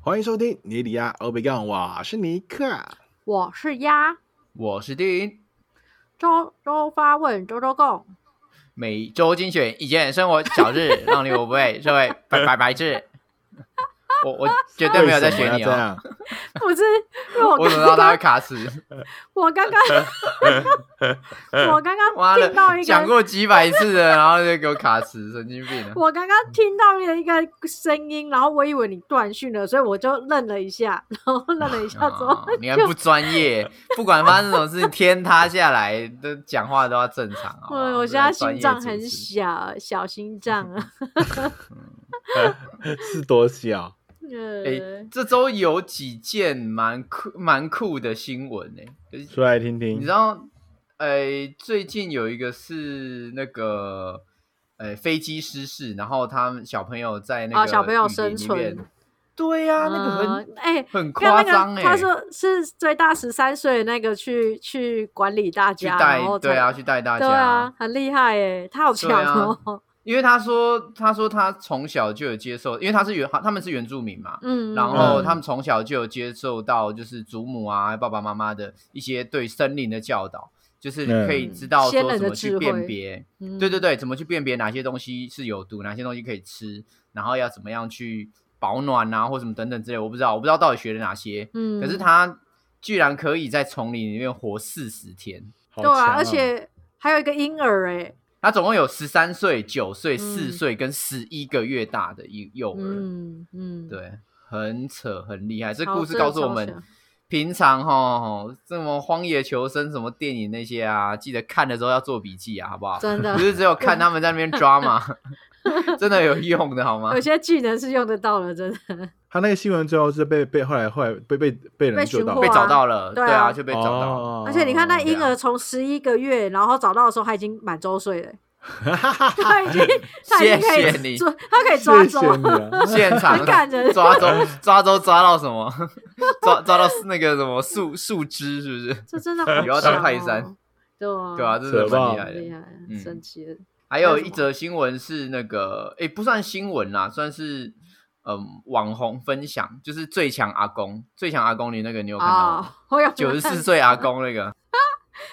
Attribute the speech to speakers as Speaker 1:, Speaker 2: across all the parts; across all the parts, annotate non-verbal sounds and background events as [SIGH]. Speaker 1: 欢迎收听尼里亚欧比干，我是尼克。
Speaker 2: 我是鸭，
Speaker 3: 我是丁，
Speaker 2: 周周发问，周周共，
Speaker 3: 每周精选一件生活小事，让你我不会社会白白白
Speaker 2: [LAUGHS]
Speaker 3: 痴。我我绝对没有在学你
Speaker 1: 为什么要这
Speaker 3: 哦，
Speaker 1: 样
Speaker 2: 不是，因为 [LAUGHS] 我
Speaker 3: 我怎么知
Speaker 2: 刚
Speaker 3: 道他会
Speaker 2: 刚
Speaker 3: 卡死？
Speaker 2: 我刚刚
Speaker 3: [LAUGHS]
Speaker 2: 我刚
Speaker 3: 妈
Speaker 2: 刚
Speaker 3: 的
Speaker 2: 听到一，
Speaker 3: 讲
Speaker 2: 个，
Speaker 3: 过几百次了，然后就给我卡死，神经病啊！
Speaker 2: 我刚刚听到了一个声音，然后我以为你断讯了，所以我就愣了一下，然后愣了一下之后
Speaker 3: 啊，你还不专业，不管发生什么事，天塌下来的讲话都要正常好不
Speaker 2: [LAUGHS] 我
Speaker 3: 好
Speaker 2: 嗯我现在
Speaker 3: 专
Speaker 2: 心
Speaker 3: 业
Speaker 2: 脏
Speaker 3: 主
Speaker 2: 很
Speaker 3: 持
Speaker 2: 小，小心脏
Speaker 3: [LAUGHS]
Speaker 2: 啊，
Speaker 1: 是多哦小？
Speaker 3: 诶
Speaker 2: 呃，
Speaker 3: 这周有几件蛮酷蛮酷的新闻呢、就是
Speaker 1: 说来听
Speaker 3: 你
Speaker 1: 听
Speaker 3: 知。道，诶、最近有一个是那个，诶、飞机失事，然后他们小朋友在那个、
Speaker 2: 啊小朋友生存，
Speaker 3: 对呀、那个很、
Speaker 2: 嗯哎。
Speaker 3: 很
Speaker 2: 看那
Speaker 3: 夸
Speaker 2: 个
Speaker 3: 张哎、
Speaker 2: 他说是最大十三岁的那个去去管理大
Speaker 3: 去
Speaker 2: 家，然后
Speaker 3: 带对
Speaker 2: 才
Speaker 3: 啊，去带大家，
Speaker 2: 对啊，很厉害耶，他好强
Speaker 3: 对啊
Speaker 2: 哦、
Speaker 3: [LAUGHS] 因为他说他说他从小就有接受，因为他是原他们是原住民嘛，
Speaker 2: 嗯，
Speaker 3: 然后
Speaker 1: 嗯
Speaker 3: 他们从小就有接受到，就是祖母啊、爸爸妈妈的一些对森林的教导，就是可以知道
Speaker 2: 先
Speaker 3: 说
Speaker 2: 人
Speaker 3: 怎
Speaker 2: 的
Speaker 3: 么去
Speaker 2: 智慧
Speaker 3: 辨别，
Speaker 2: 嗯
Speaker 3: 对对，对，怎么去辨别哪些东西是有毒，哪些东西可以吃，然后要怎么样去保暖啊，或什么等等之类，我不知道，我不知道到底学了哪些，
Speaker 2: 嗯，
Speaker 3: 可是他居然可以在丛林里面活四十天，
Speaker 1: 好
Speaker 2: 对啊，
Speaker 1: 强哦
Speaker 2: 而且还有一个婴儿哎，
Speaker 3: 他总共有十三岁、九岁、
Speaker 2: 嗯
Speaker 3: 四岁跟十一个月大的幼幼儿，
Speaker 2: 嗯嗯，，
Speaker 3: 对，很扯，很厉害。这
Speaker 2: 好
Speaker 3: 故事
Speaker 2: 真的
Speaker 3: 告诉我
Speaker 2: 超
Speaker 3: 们
Speaker 2: 扯，
Speaker 3: 平常哈，这么荒野求生什么电影那些啊，记得看的时候要做笔记啊，好不好？
Speaker 2: 真的
Speaker 3: [LAUGHS] 不是只有看他们在那边 drama，真的有用的好吗
Speaker 2: 有？些技能是用得到的，真的。
Speaker 1: 他那个新闻最后是被被后来后来被被被人
Speaker 2: 被
Speaker 1: 救
Speaker 2: 寻
Speaker 1: 到，
Speaker 2: 获
Speaker 3: 被
Speaker 2: 啊
Speaker 3: 找到了，
Speaker 2: 对
Speaker 3: 对
Speaker 2: 啊
Speaker 3: 啊，就被找到了。
Speaker 1: 哦
Speaker 2: 而且你看，那
Speaker 3: 对
Speaker 2: 婴
Speaker 3: 啊
Speaker 2: 儿从十一个月，然后找到的时候，他已经满周岁
Speaker 3: [LAUGHS]
Speaker 2: 了，他已经 [LAUGHS] 他已经可
Speaker 3: 谢谢
Speaker 2: 以
Speaker 3: 你！
Speaker 2: 抓，他可以抓
Speaker 1: 谢
Speaker 2: 周，
Speaker 1: 谢你啊
Speaker 3: 现场
Speaker 2: 很感人
Speaker 3: 抓周抓周抓到什么？ [LAUGHS] 抓抓到那个什么树树枝是不是？
Speaker 2: 这真
Speaker 3: [LAUGHS]
Speaker 2: 的好
Speaker 3: 以后要当
Speaker 2: 强
Speaker 3: 泰
Speaker 2: 哦
Speaker 3: 山，
Speaker 2: 对啊，
Speaker 3: 对啊，这是
Speaker 1: 扯爆
Speaker 3: 蛮厉害
Speaker 2: 很
Speaker 3: 的
Speaker 2: 厉。害，
Speaker 3: 嗯
Speaker 2: 神奇的，
Speaker 3: 还有
Speaker 2: 还有什
Speaker 3: 一
Speaker 2: 么
Speaker 3: 则新闻是那个，诶，不算新闻啦，算是嗯网红分享，就是最强阿公，最强阿公你那个你有看到吗？
Speaker 2: 啊，我有
Speaker 3: 九十
Speaker 2: 看
Speaker 3: 四岁阿公那个，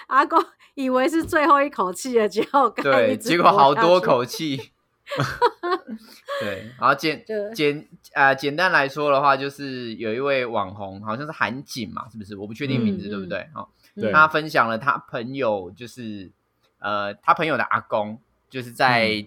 Speaker 2: 阿公以为是最后一口气了，结果刚才一
Speaker 3: 对，
Speaker 2: 直
Speaker 3: 结果
Speaker 2: 活
Speaker 3: 好
Speaker 2: 下
Speaker 3: 多
Speaker 2: 去，
Speaker 3: 口气。 [LAUGHS] 对，然后
Speaker 2: [LAUGHS]
Speaker 3: 简
Speaker 2: 对
Speaker 3: 简啊简单来说的话，就是有一位网红，好像是韩景嘛，是不是？我不确定名字，
Speaker 2: 嗯
Speaker 3: 对不对？哦，
Speaker 1: 对
Speaker 3: 他分享了他朋友，就是呃，他朋友的阿公，就是在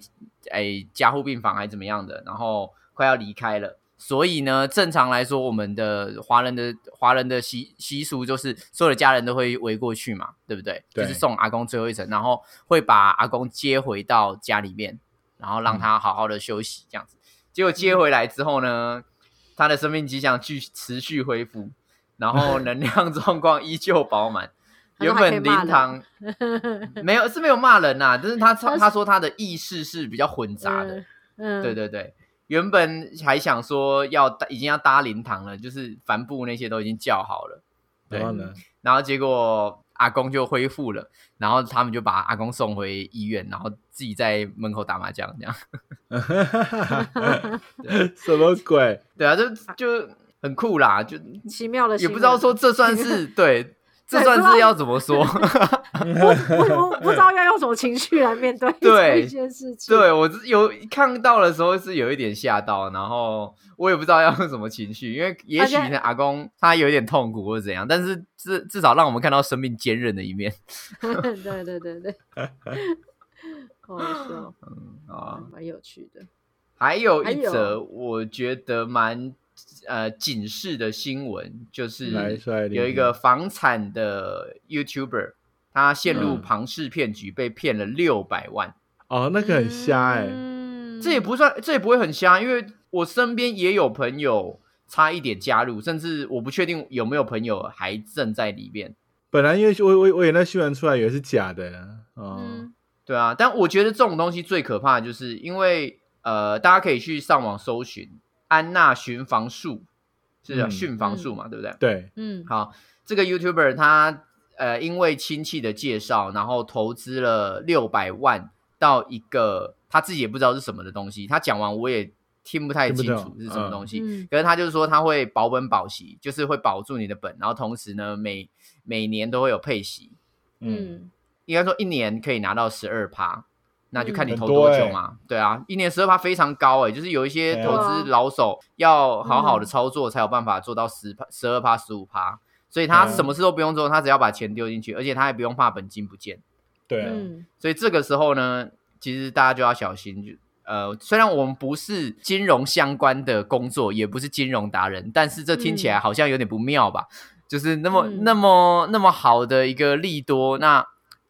Speaker 3: 诶、
Speaker 1: 嗯
Speaker 3: 加护病房还是怎么样的，然后快要离开了。所以呢，正常来说，我们的华人的华人的习习俗就是所有的家人都会围过去嘛，对不对？
Speaker 1: 对
Speaker 3: 就是送阿公最后一程，然后会把阿公接回到家里面，然后让他好好的休息这样子。结果接回来之后呢，他的生命迹象继持续恢复，
Speaker 2: [LAUGHS]
Speaker 3: 然后能量状况依旧饱满。
Speaker 2: 他说
Speaker 3: 原
Speaker 2: 还可以
Speaker 3: 本
Speaker 2: 骂
Speaker 3: 灵
Speaker 2: 人
Speaker 3: 堂
Speaker 2: [LAUGHS]
Speaker 3: 没有是没有骂人呐、但是他他他说他的意识是比较混杂的，
Speaker 2: 嗯，
Speaker 3: 对对对。原本还想说要搭已经要搭灵堂了，就是帆布那些都已经叫好了，
Speaker 1: 然后呢？
Speaker 3: 然后结果阿公就恢复了，然后他们就把阿公送回医院，然后自己在门口打麻将这样。
Speaker 1: 什么鬼？
Speaker 3: 对啊，就就很酷啦，就
Speaker 2: 奇妙的
Speaker 3: 也
Speaker 2: 新闻，
Speaker 3: 不知道说这算
Speaker 2: [LAUGHS]
Speaker 3: 是对，这算是要怎么说？ [LAUGHS]
Speaker 2: 我我不知道要用什么情绪来面对 [LAUGHS]
Speaker 3: 对
Speaker 2: 这一件事情。
Speaker 3: 对我是有看到的时候是有一点吓到，然后我也不知道要用什么情绪，因为也许
Speaker 2: 而且
Speaker 3: 呢阿公他有一点痛苦或者怎样，但是至至少让我们看到生命坚韧的一面
Speaker 2: [LAUGHS] 对对对对，好好笑，还
Speaker 3: [LAUGHS] 啊。
Speaker 2: 蛮有趣的。
Speaker 3: 还有
Speaker 2: 还
Speaker 3: 一
Speaker 2: 有
Speaker 3: 则我觉得蛮呃警示的新闻，就是
Speaker 1: 来说来听听
Speaker 3: 有一个房产的 YouTuber，他陷入
Speaker 1: 嗯
Speaker 3: 庞氏骗局，被骗了六百万。
Speaker 1: 哦，那个很瞎哎！
Speaker 2: 嗯
Speaker 3: 欸这也不算，这也不会很瞎，因为我身边也有朋友差一点加入，甚至我不确定有没有朋友还正在里面。
Speaker 1: 本来因为我我我以为那新闻出来以为是假的哦，
Speaker 2: 嗯
Speaker 3: 对啊，但我觉得这种东西最可怕，的就是因为呃，大家可以去上网搜寻安娜寻房术，是啊
Speaker 1: 嗯
Speaker 3: 驯房术嘛，对不对？
Speaker 1: 对，
Speaker 2: 嗯
Speaker 3: 好，这个 YouTuber 他呃，因为亲戚的介绍，然后投资了六百万到一个他自己也不知道是什么的东西。他讲完我也听不太
Speaker 1: 听不
Speaker 3: 清楚
Speaker 1: 懂
Speaker 3: 是什么
Speaker 1: 嗯
Speaker 3: 东西。
Speaker 2: 嗯
Speaker 3: 可是他就是说他会保本保息，就是会保住你的本，然后同时呢，每每年都会有配息，
Speaker 1: 嗯，
Speaker 2: 嗯
Speaker 3: 应该说一年可以拿到十二趴，那就看你
Speaker 1: 嗯
Speaker 3: 投
Speaker 1: 很多
Speaker 3: 久
Speaker 1: 欸
Speaker 3: 嘛。对啊，一年十二趴非常高哎、就是有一些
Speaker 1: 对
Speaker 3: 投
Speaker 2: 啊
Speaker 3: 资老手要好好的
Speaker 2: 嗯
Speaker 3: 操作才有办法做到十趴、十二趴、十五趴，所以他
Speaker 1: 嗯
Speaker 3: 什么事都不用做，他只要把钱丢进去，而且他还不用怕本金不见。
Speaker 1: 对啊，
Speaker 2: 嗯
Speaker 3: 所以这个时候呢，其实大家就要小心。就呃，虽然我们不是金融相关的工作，也不是金融达人，但是这听起来好像有点不妙吧？就是那么、
Speaker 2: 嗯
Speaker 3: 那么那么好的一个利多，那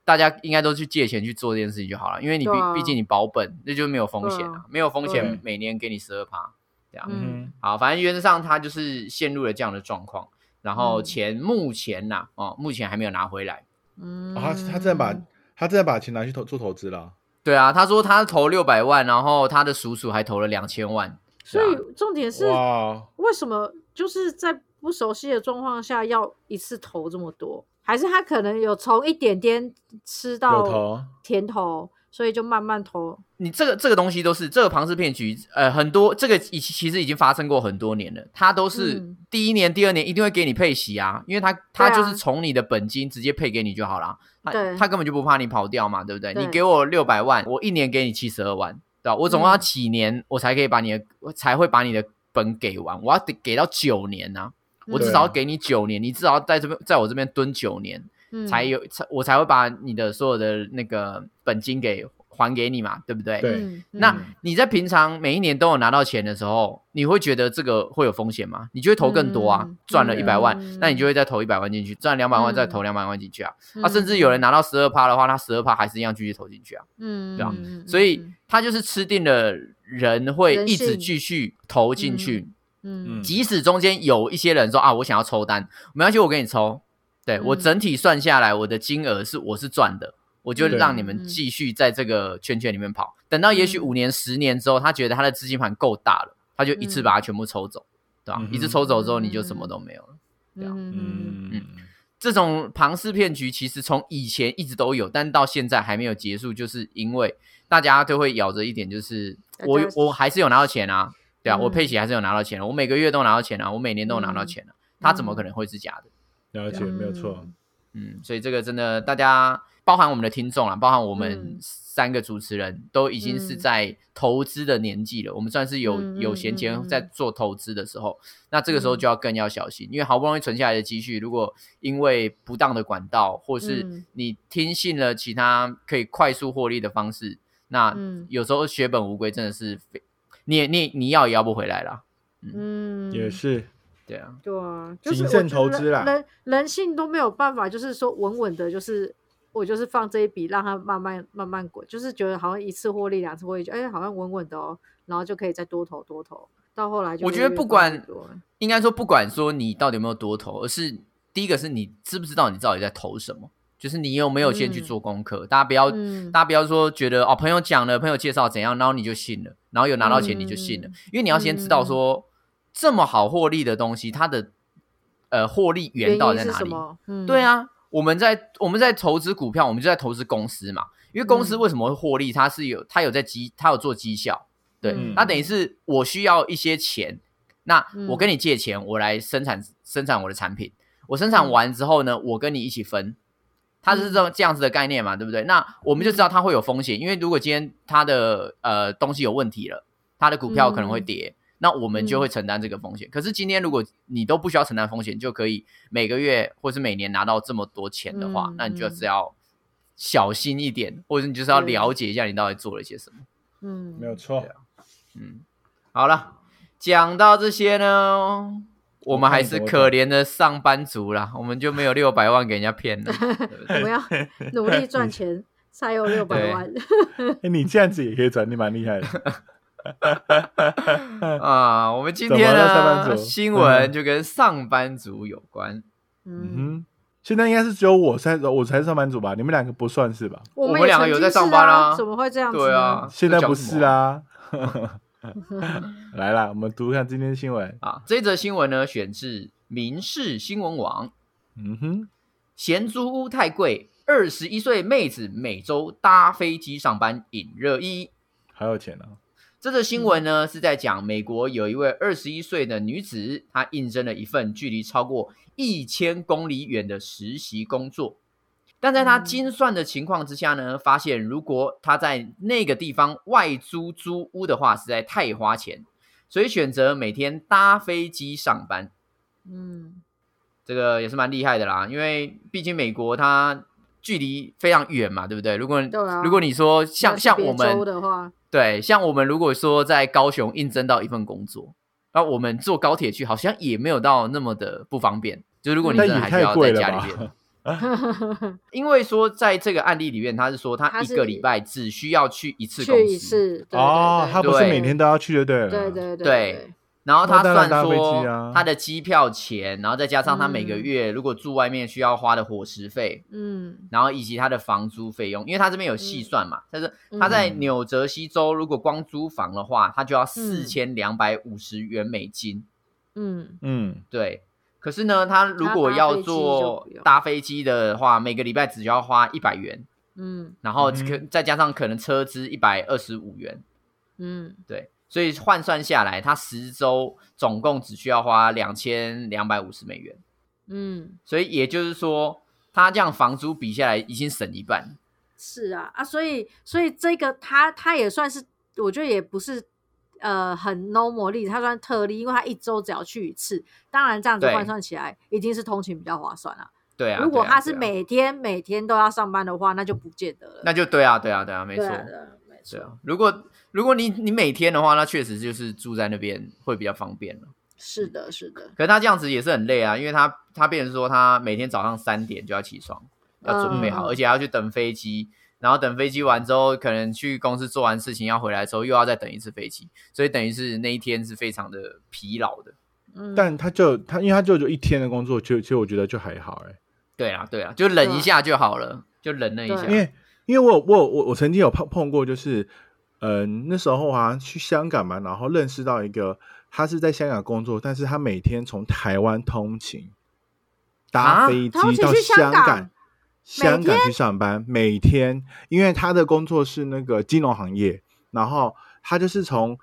Speaker 3: 大家应该都去借钱去做这件事情就好了，因为你毕、
Speaker 2: 对啊
Speaker 3: 毕竟你保本，那就没有风险
Speaker 2: 对
Speaker 3: 啊，没有风险
Speaker 1: 对，
Speaker 3: 每年给你十二趴，这样。
Speaker 1: 嗯
Speaker 3: 好，反正原则上他就是陷入了这样的状况，然后
Speaker 2: 嗯
Speaker 3: 钱目前呐、哦，目前还没有拿回来。
Speaker 2: 嗯
Speaker 1: 哼，啊，他他真的把他真的把钱拿去投做投资了，
Speaker 3: 对啊，他说他投六百万，然后他的叔叔还投了两千万。
Speaker 2: 所
Speaker 3: 对啊
Speaker 2: 以重点是
Speaker 1: 哇，
Speaker 2: 为什么就是在不熟悉的状况下要一次投这么多？还是他可能有从一点点吃
Speaker 1: 有
Speaker 2: 到
Speaker 1: 投，
Speaker 2: 甜头，所以就慢慢投？
Speaker 3: 你这个这个东西都是这个庞氏骗局，呃，很多这个已其实已经发生过很多年了，它都是
Speaker 2: 嗯
Speaker 3: 第一年、第二年一定会给你配息啊，因为它它
Speaker 2: 对啊
Speaker 3: 就是从你的本金直接配给你就好啦。它
Speaker 2: 对
Speaker 3: 它根本就不怕你跑掉嘛，对不对？
Speaker 2: 对
Speaker 3: 你给我六百万，我一年给你七十二万，对吧、我总共
Speaker 2: 嗯
Speaker 3: 要几年我才可以把你的我才会把你的本给完？我要得给到九年啊，我
Speaker 2: 嗯
Speaker 3: 至少要给你九年，你至少要在这边在我这边蹲九年。
Speaker 2: 嗯
Speaker 3: 才有才我才会把你的所有的那个本金给还给你嘛，对不对？
Speaker 1: 对
Speaker 2: 嗯嗯
Speaker 3: 那你在平常每一年都有拿到钱的时候，你会觉得这个会有风险吗？你就会投更多啊，
Speaker 2: 嗯
Speaker 3: 赚了一百万，
Speaker 2: 嗯
Speaker 3: 那你就会再投一百万进去，赚两百万
Speaker 2: 嗯
Speaker 3: 再投两百万进去啊。
Speaker 2: 嗯
Speaker 3: 啊，甚至有人拿到十二趴的话，他十二趴还是一样继续投进去啊。
Speaker 2: 嗯
Speaker 3: 对啊
Speaker 2: 嗯
Speaker 3: 所以他就是吃定了人会
Speaker 2: 人
Speaker 3: 一直
Speaker 2: 性
Speaker 3: 继续投进去，
Speaker 2: 嗯
Speaker 1: 嗯
Speaker 3: 即使中间有一些人说啊，我想要抽单，没关系，我给你抽。对、我
Speaker 2: 嗯
Speaker 3: 整体算下来，我的金额是我是赚的，我就
Speaker 1: 对
Speaker 3: 让你们
Speaker 2: 嗯
Speaker 3: 继续在这个圈圈里面跑。等到也许
Speaker 2: 嗯
Speaker 3: 五年、十年之后，他觉得他的资金盘够大了，他就一次
Speaker 2: 嗯
Speaker 3: 把它全部抽走，对吧、
Speaker 1: 嗯哼
Speaker 3: 一次抽走之后，你就什么都没有了。对啊
Speaker 2: 嗯
Speaker 1: 嗯
Speaker 3: 嗯这种庞氏骗局其实从以前一直都有，但到现在还没有结束，就是因为大家都会咬着一点，就是
Speaker 2: 大家
Speaker 3: 我我还是有拿到钱啊，对啊，
Speaker 2: 嗯
Speaker 3: 我配息还是有拿到钱，我每个月都拿到钱啊，我每年都有拿到钱啊，他怎么可能会是假的？
Speaker 1: 了解，没有错，
Speaker 3: 嗯，所以这个真的大家，包含我们的听众啦，包含我们
Speaker 2: 嗯
Speaker 3: 三个主持人，都已经是
Speaker 2: 嗯
Speaker 3: 在投资的年纪了。我们算是有、
Speaker 2: 嗯嗯
Speaker 3: 有闲钱
Speaker 2: 嗯嗯嗯
Speaker 3: 在做投资的时候，那这个时候就要更要小心，因为好不容易存下来的积蓄，如果因为不当的管道，或是
Speaker 2: 嗯
Speaker 3: 你听信了其他可以快速获利的方式，那
Speaker 2: 嗯
Speaker 3: 有时候血本无归，真的是非你也你你要也要不回来啦。
Speaker 2: 嗯
Speaker 1: 也是，
Speaker 3: 对啊，
Speaker 2: 对啊，就是
Speaker 1: 谨
Speaker 2: 我
Speaker 1: 慎
Speaker 2: 觉
Speaker 1: 投
Speaker 2: 得
Speaker 1: 资啦
Speaker 2: 人人性都没有办法，就是说稳稳的，就是我就是放这一笔，让它慢慢慢慢滚，就是觉得好像一次获利，两次获利，就哎好像稳稳的哦，然后就可以再多投多投，到后来就
Speaker 3: 我觉
Speaker 2: 越
Speaker 3: 得
Speaker 2: 越
Speaker 3: 不
Speaker 2: 放越
Speaker 3: 管
Speaker 2: 多欸
Speaker 3: 应该说不管说你到底有没有多投，而是第一个是你知不知道你到底在投什么，就是你有没有先去
Speaker 2: 嗯
Speaker 3: 做功课。大家不要、
Speaker 2: 嗯
Speaker 3: 大家不要说觉得哦朋友讲了，朋友介绍怎样，然后你就信了，然后有拿到钱你就信了，
Speaker 2: 嗯
Speaker 3: 因为你要先知道说、这么好获利的东西，它的呃获利
Speaker 2: 原
Speaker 3: 源到
Speaker 2: 因
Speaker 3: 底在
Speaker 2: 是
Speaker 3: 哪
Speaker 2: 什
Speaker 3: 里？
Speaker 2: 么？嗯，
Speaker 3: 对，啊，我们在我们在投资股票，我们就在投资公司嘛。因为公司
Speaker 2: 嗯
Speaker 3: 为什么会获利？它是有它有在绩，它有做绩效。对，
Speaker 2: 嗯
Speaker 3: 那等于是我需要一些钱，那我
Speaker 2: 嗯
Speaker 3: 跟你借钱，我来生产生产我的产品。我生产
Speaker 2: 嗯
Speaker 3: 完之后呢，我跟你一起分。它是这种这样子的概念嘛，对不对？那我们就知道它会有风险，因为如果今天它的呃东西有问题了，它的股票可能会
Speaker 2: 嗯
Speaker 3: 跌，那我们就
Speaker 2: 嗯
Speaker 3: 会承担这个风险。可是今天如果你都不需要承担风险，就可以每个月或是每年拿到这么多钱的话，
Speaker 2: 嗯
Speaker 3: 那你就
Speaker 2: 嗯
Speaker 3: 是要小心一点，或者你就是要
Speaker 2: 对
Speaker 3: 了解一下你到底做了些什么。
Speaker 2: 嗯，
Speaker 1: 没有错
Speaker 3: 对，嗯，好了，讲到这些呢，我们还是可怜的上班族啦，我们就没有六百万给人家骗
Speaker 1: [LAUGHS]
Speaker 3: 了。对不
Speaker 2: [LAUGHS]
Speaker 3: 对
Speaker 2: 我们要努力赚钱，才有六
Speaker 3: 对
Speaker 2: 百万。 [LAUGHS] 嗯
Speaker 1: 哎，你这样子也可以转，你蛮厉害的，
Speaker 3: 啊、我们今天
Speaker 1: 怎么了上
Speaker 3: 呢
Speaker 1: 班族
Speaker 3: 新
Speaker 1: 嗯
Speaker 3: 闻
Speaker 1: 哼
Speaker 3: 就跟上班族有关，
Speaker 2: 嗯，
Speaker 1: 嗯哼，现在应该是只有我在，我才是上班族吧？你们两个不算是吧？
Speaker 2: 我
Speaker 3: 我们
Speaker 2: 们也
Speaker 3: 两个
Speaker 2: 曾
Speaker 3: 有
Speaker 2: 经
Speaker 3: 在上
Speaker 2: 是
Speaker 3: 班
Speaker 2: 啊
Speaker 3: 啊
Speaker 2: 怎么会这样子？
Speaker 3: 对啊，，
Speaker 1: 现在
Speaker 3: 这
Speaker 1: 不
Speaker 3: 讲什
Speaker 1: 是
Speaker 3: 么啊。
Speaker 1: 啊。 [LAUGHS] 来啦，我们读看今天的新闻。
Speaker 3: 啊，这则新闻呢选自《民事新闻网》，
Speaker 1: 嗯哼，
Speaker 3: 嫌租屋太贵，二十一岁妹子每周搭飞机上班引热议。
Speaker 1: 好有钱啊！
Speaker 3: 这则新闻呢是在讲美国有一位二十一岁的女子，她应征了一份距离超过一千公里远的实习工作，但在她
Speaker 2: 嗯
Speaker 3: 精算的情况之下呢，发现如果她在那个地方外租租屋的话，实在太花钱，所以选择每天搭飞机上班。
Speaker 2: [LAUGHS] 嗯，
Speaker 3: 这个也是蛮厉害的啦，因为毕竟美国它距离非常远嘛，对不对？如果、
Speaker 2: 对啊
Speaker 3: 如果你说像
Speaker 2: 要去
Speaker 3: 像
Speaker 2: 别
Speaker 3: 我
Speaker 2: 州
Speaker 3: 们
Speaker 2: 的话，
Speaker 3: 对像我们如果说在高雄应征到一份工作，那我们坐高铁去好像也没有到那么的不方便。就如果你
Speaker 1: 那
Speaker 3: 真的
Speaker 1: 也
Speaker 3: 还是
Speaker 1: 太
Speaker 3: 要
Speaker 1: 贵
Speaker 3: 在
Speaker 1: 了
Speaker 3: 家里面，
Speaker 1: 吧？ [LAUGHS]
Speaker 3: 因为说在这个案例里面，他是说他
Speaker 2: 他
Speaker 3: 一
Speaker 2: 是
Speaker 3: 个礼拜只需要去一次公
Speaker 2: 去一
Speaker 3: 司，
Speaker 2: 次对
Speaker 1: 哦，
Speaker 2: 对
Speaker 1: 他不
Speaker 2: 对
Speaker 1: 是每天都啊要去就对了。
Speaker 2: 对对对
Speaker 3: 对然后他
Speaker 1: 那当然
Speaker 3: 算
Speaker 1: 搭飞机
Speaker 3: 说
Speaker 1: 啊
Speaker 3: 他的机票钱，然后再加上他每个
Speaker 2: 嗯
Speaker 3: 月如果住外面需要花的伙食费，
Speaker 2: 嗯，
Speaker 3: 然后以及他的房租费用，因为他这边有细算嘛，但是他在
Speaker 1: 嗯
Speaker 3: 纽泽西州如果光租房的话，他就要四
Speaker 2: 嗯
Speaker 3: 千两百五十元美金，
Speaker 2: 嗯
Speaker 1: 嗯，
Speaker 3: 对。可是呢，他如果
Speaker 2: 搭
Speaker 3: 要
Speaker 2: 飞机就
Speaker 3: 做
Speaker 2: 不用
Speaker 3: 搭飞机的话，每个礼拜只要花一百元，
Speaker 2: 嗯
Speaker 3: 然后
Speaker 1: 嗯
Speaker 3: 可
Speaker 1: 哼
Speaker 3: 再加上可能车资一百二十五元，
Speaker 2: 嗯
Speaker 3: 对，所以换算下来，他十周总共只需要花两千两百五十美元，
Speaker 2: 嗯，
Speaker 3: 所以也就是说，他这样房租比下来已经省一半，
Speaker 2: 是啊啊，所以所以这个他他也算是，我觉得也不是。呃，很 normal 例子，他算特例，因为他一周只要去一次，当然这样子
Speaker 3: 对
Speaker 2: 换算起来，一定是通勤比较划算啊。
Speaker 3: 对啊。
Speaker 2: 如果
Speaker 3: 对啊
Speaker 2: 他是
Speaker 3: 对啊
Speaker 2: 每天、每天都要上班的话，那就不见得了。
Speaker 3: 那就对啊，对啊，对啊，没错，
Speaker 2: 对啊对啊没
Speaker 3: 对
Speaker 2: 错，
Speaker 3: 啊。如果如果你你每天的话，那确实就是住在那边会比较方便了。
Speaker 2: 是的，是的，
Speaker 3: 可是他这样子也是很累啊，因为他他变成说他每天早上三点就要起床，要准备好，
Speaker 2: 嗯
Speaker 3: 而且还要去等飞机，然后等飞机完之后，可能去公司做完事情要回来的时候，又要再等一次飞机，所以等于是那一天是非常的疲劳的。
Speaker 2: 嗯，
Speaker 1: 但他就他，因为他就就一天的工作，其实其实我觉得就还好哎、
Speaker 3: 对啊，对啊，就忍一下就好了，就忍了一下
Speaker 2: 对啊。
Speaker 1: 因为因为我有我有我我曾经有碰碰过，就是呃那时候啊去香港嘛，然后认识到一个他是在香港工作，但是他每天从台湾通勤
Speaker 3: 啊
Speaker 1: 搭飞机
Speaker 2: 通勤
Speaker 1: 到
Speaker 2: 去香
Speaker 1: 香
Speaker 2: 港
Speaker 1: 港。香港去上班，每天，因为他的工作是那个金融行业，然后他就是从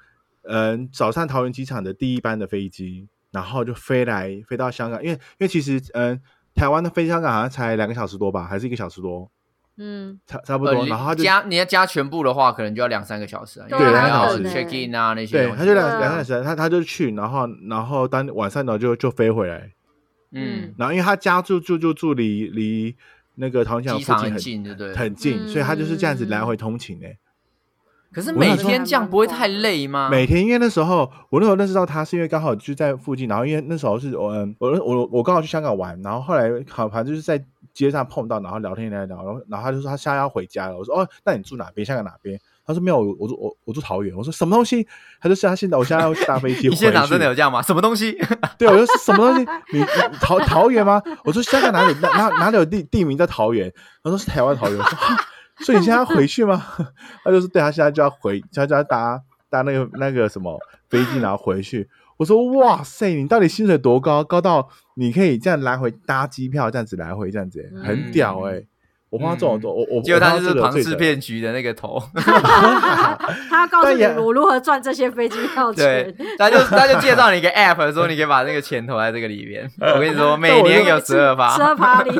Speaker 1: 嗯、早上桃园机场的第一班的飞机，然后就飞来飞到香港，因为因为其实嗯、台湾的飞香港好像才两个小时多吧，还是一个小时多，
Speaker 2: 嗯，
Speaker 1: 差差不
Speaker 3: 呃
Speaker 1: 多，然后他就
Speaker 3: 加你要加全部的话，可能就要两三个小时啊，因
Speaker 2: 对
Speaker 3: 为
Speaker 1: 两
Speaker 3: 还
Speaker 1: 个
Speaker 3: 要
Speaker 1: 小时
Speaker 3: check in 啊那些东
Speaker 1: 对，
Speaker 3: 西。
Speaker 1: 他就两
Speaker 2: 对啊
Speaker 1: 两个小
Speaker 3: 嗯
Speaker 1: 时，他他就去，然后然后当晚上呢就就飞回来，
Speaker 3: 嗯
Speaker 2: 嗯，
Speaker 1: 然后因为他家住住就住离离那个桃园机
Speaker 3: 机
Speaker 1: 场
Speaker 3: 场
Speaker 1: 附近
Speaker 3: 很
Speaker 1: 很
Speaker 3: 近，对不对？
Speaker 1: 很近，所以他就是这样子来
Speaker 2: 嗯
Speaker 1: 回通勤诶、
Speaker 3: 可是
Speaker 1: 我
Speaker 3: 每
Speaker 1: 想说
Speaker 3: 天这样不会太累吗？
Speaker 1: 每天，因为那时候我那时候认识到他，是因为刚好就在附近，然后因为那时候是我嗯我我我刚好去香港玩，然后后来好反正就是在街上碰到，然后聊天聊一聊，然后然后他就说他下要回家了，我说哦，那你住哪边？香港哪边？他说没有，我我住我我住桃园。我说什么东西？他就说他现在我现在要搭飞机
Speaker 3: 你
Speaker 1: 回去。
Speaker 3: 现场真的有这样吗？什么东西？
Speaker 1: 对，我就说什么东西？你你桃桃园吗？我说香港哪里哪哪哪里有地地名叫桃园？他说是台湾桃园。我说哈所以你现在要回去吗？ [LAUGHS] 他就说对，他现在就要回，他就要搭搭那个那个什么飞机，然后回去。我说哇塞，你到底薪水多高？高到你可以这样来回搭机票，这样子来回这样子、
Speaker 2: 嗯
Speaker 1: 很屌哎、我碰到这种，我我我
Speaker 3: 嗯 [LAUGHS] 结果他就是
Speaker 1: 我碰到这
Speaker 3: 庞
Speaker 1: 个
Speaker 3: 氏
Speaker 1: 最屌
Speaker 3: 骗局的那个头， [LAUGHS]
Speaker 2: 他要告诉
Speaker 1: 但
Speaker 2: 你
Speaker 1: 也
Speaker 2: 我如何赚这些飞机票
Speaker 3: 对
Speaker 2: 钱。，
Speaker 3: 他就他就介绍你一个 app，说你可以把那个钱投在这个里面。我
Speaker 1: [LAUGHS]
Speaker 3: 跟你说，每年有十二
Speaker 2: [LAUGHS] 十
Speaker 3: 发，
Speaker 2: 二
Speaker 3: [LAUGHS]
Speaker 2: 趴里，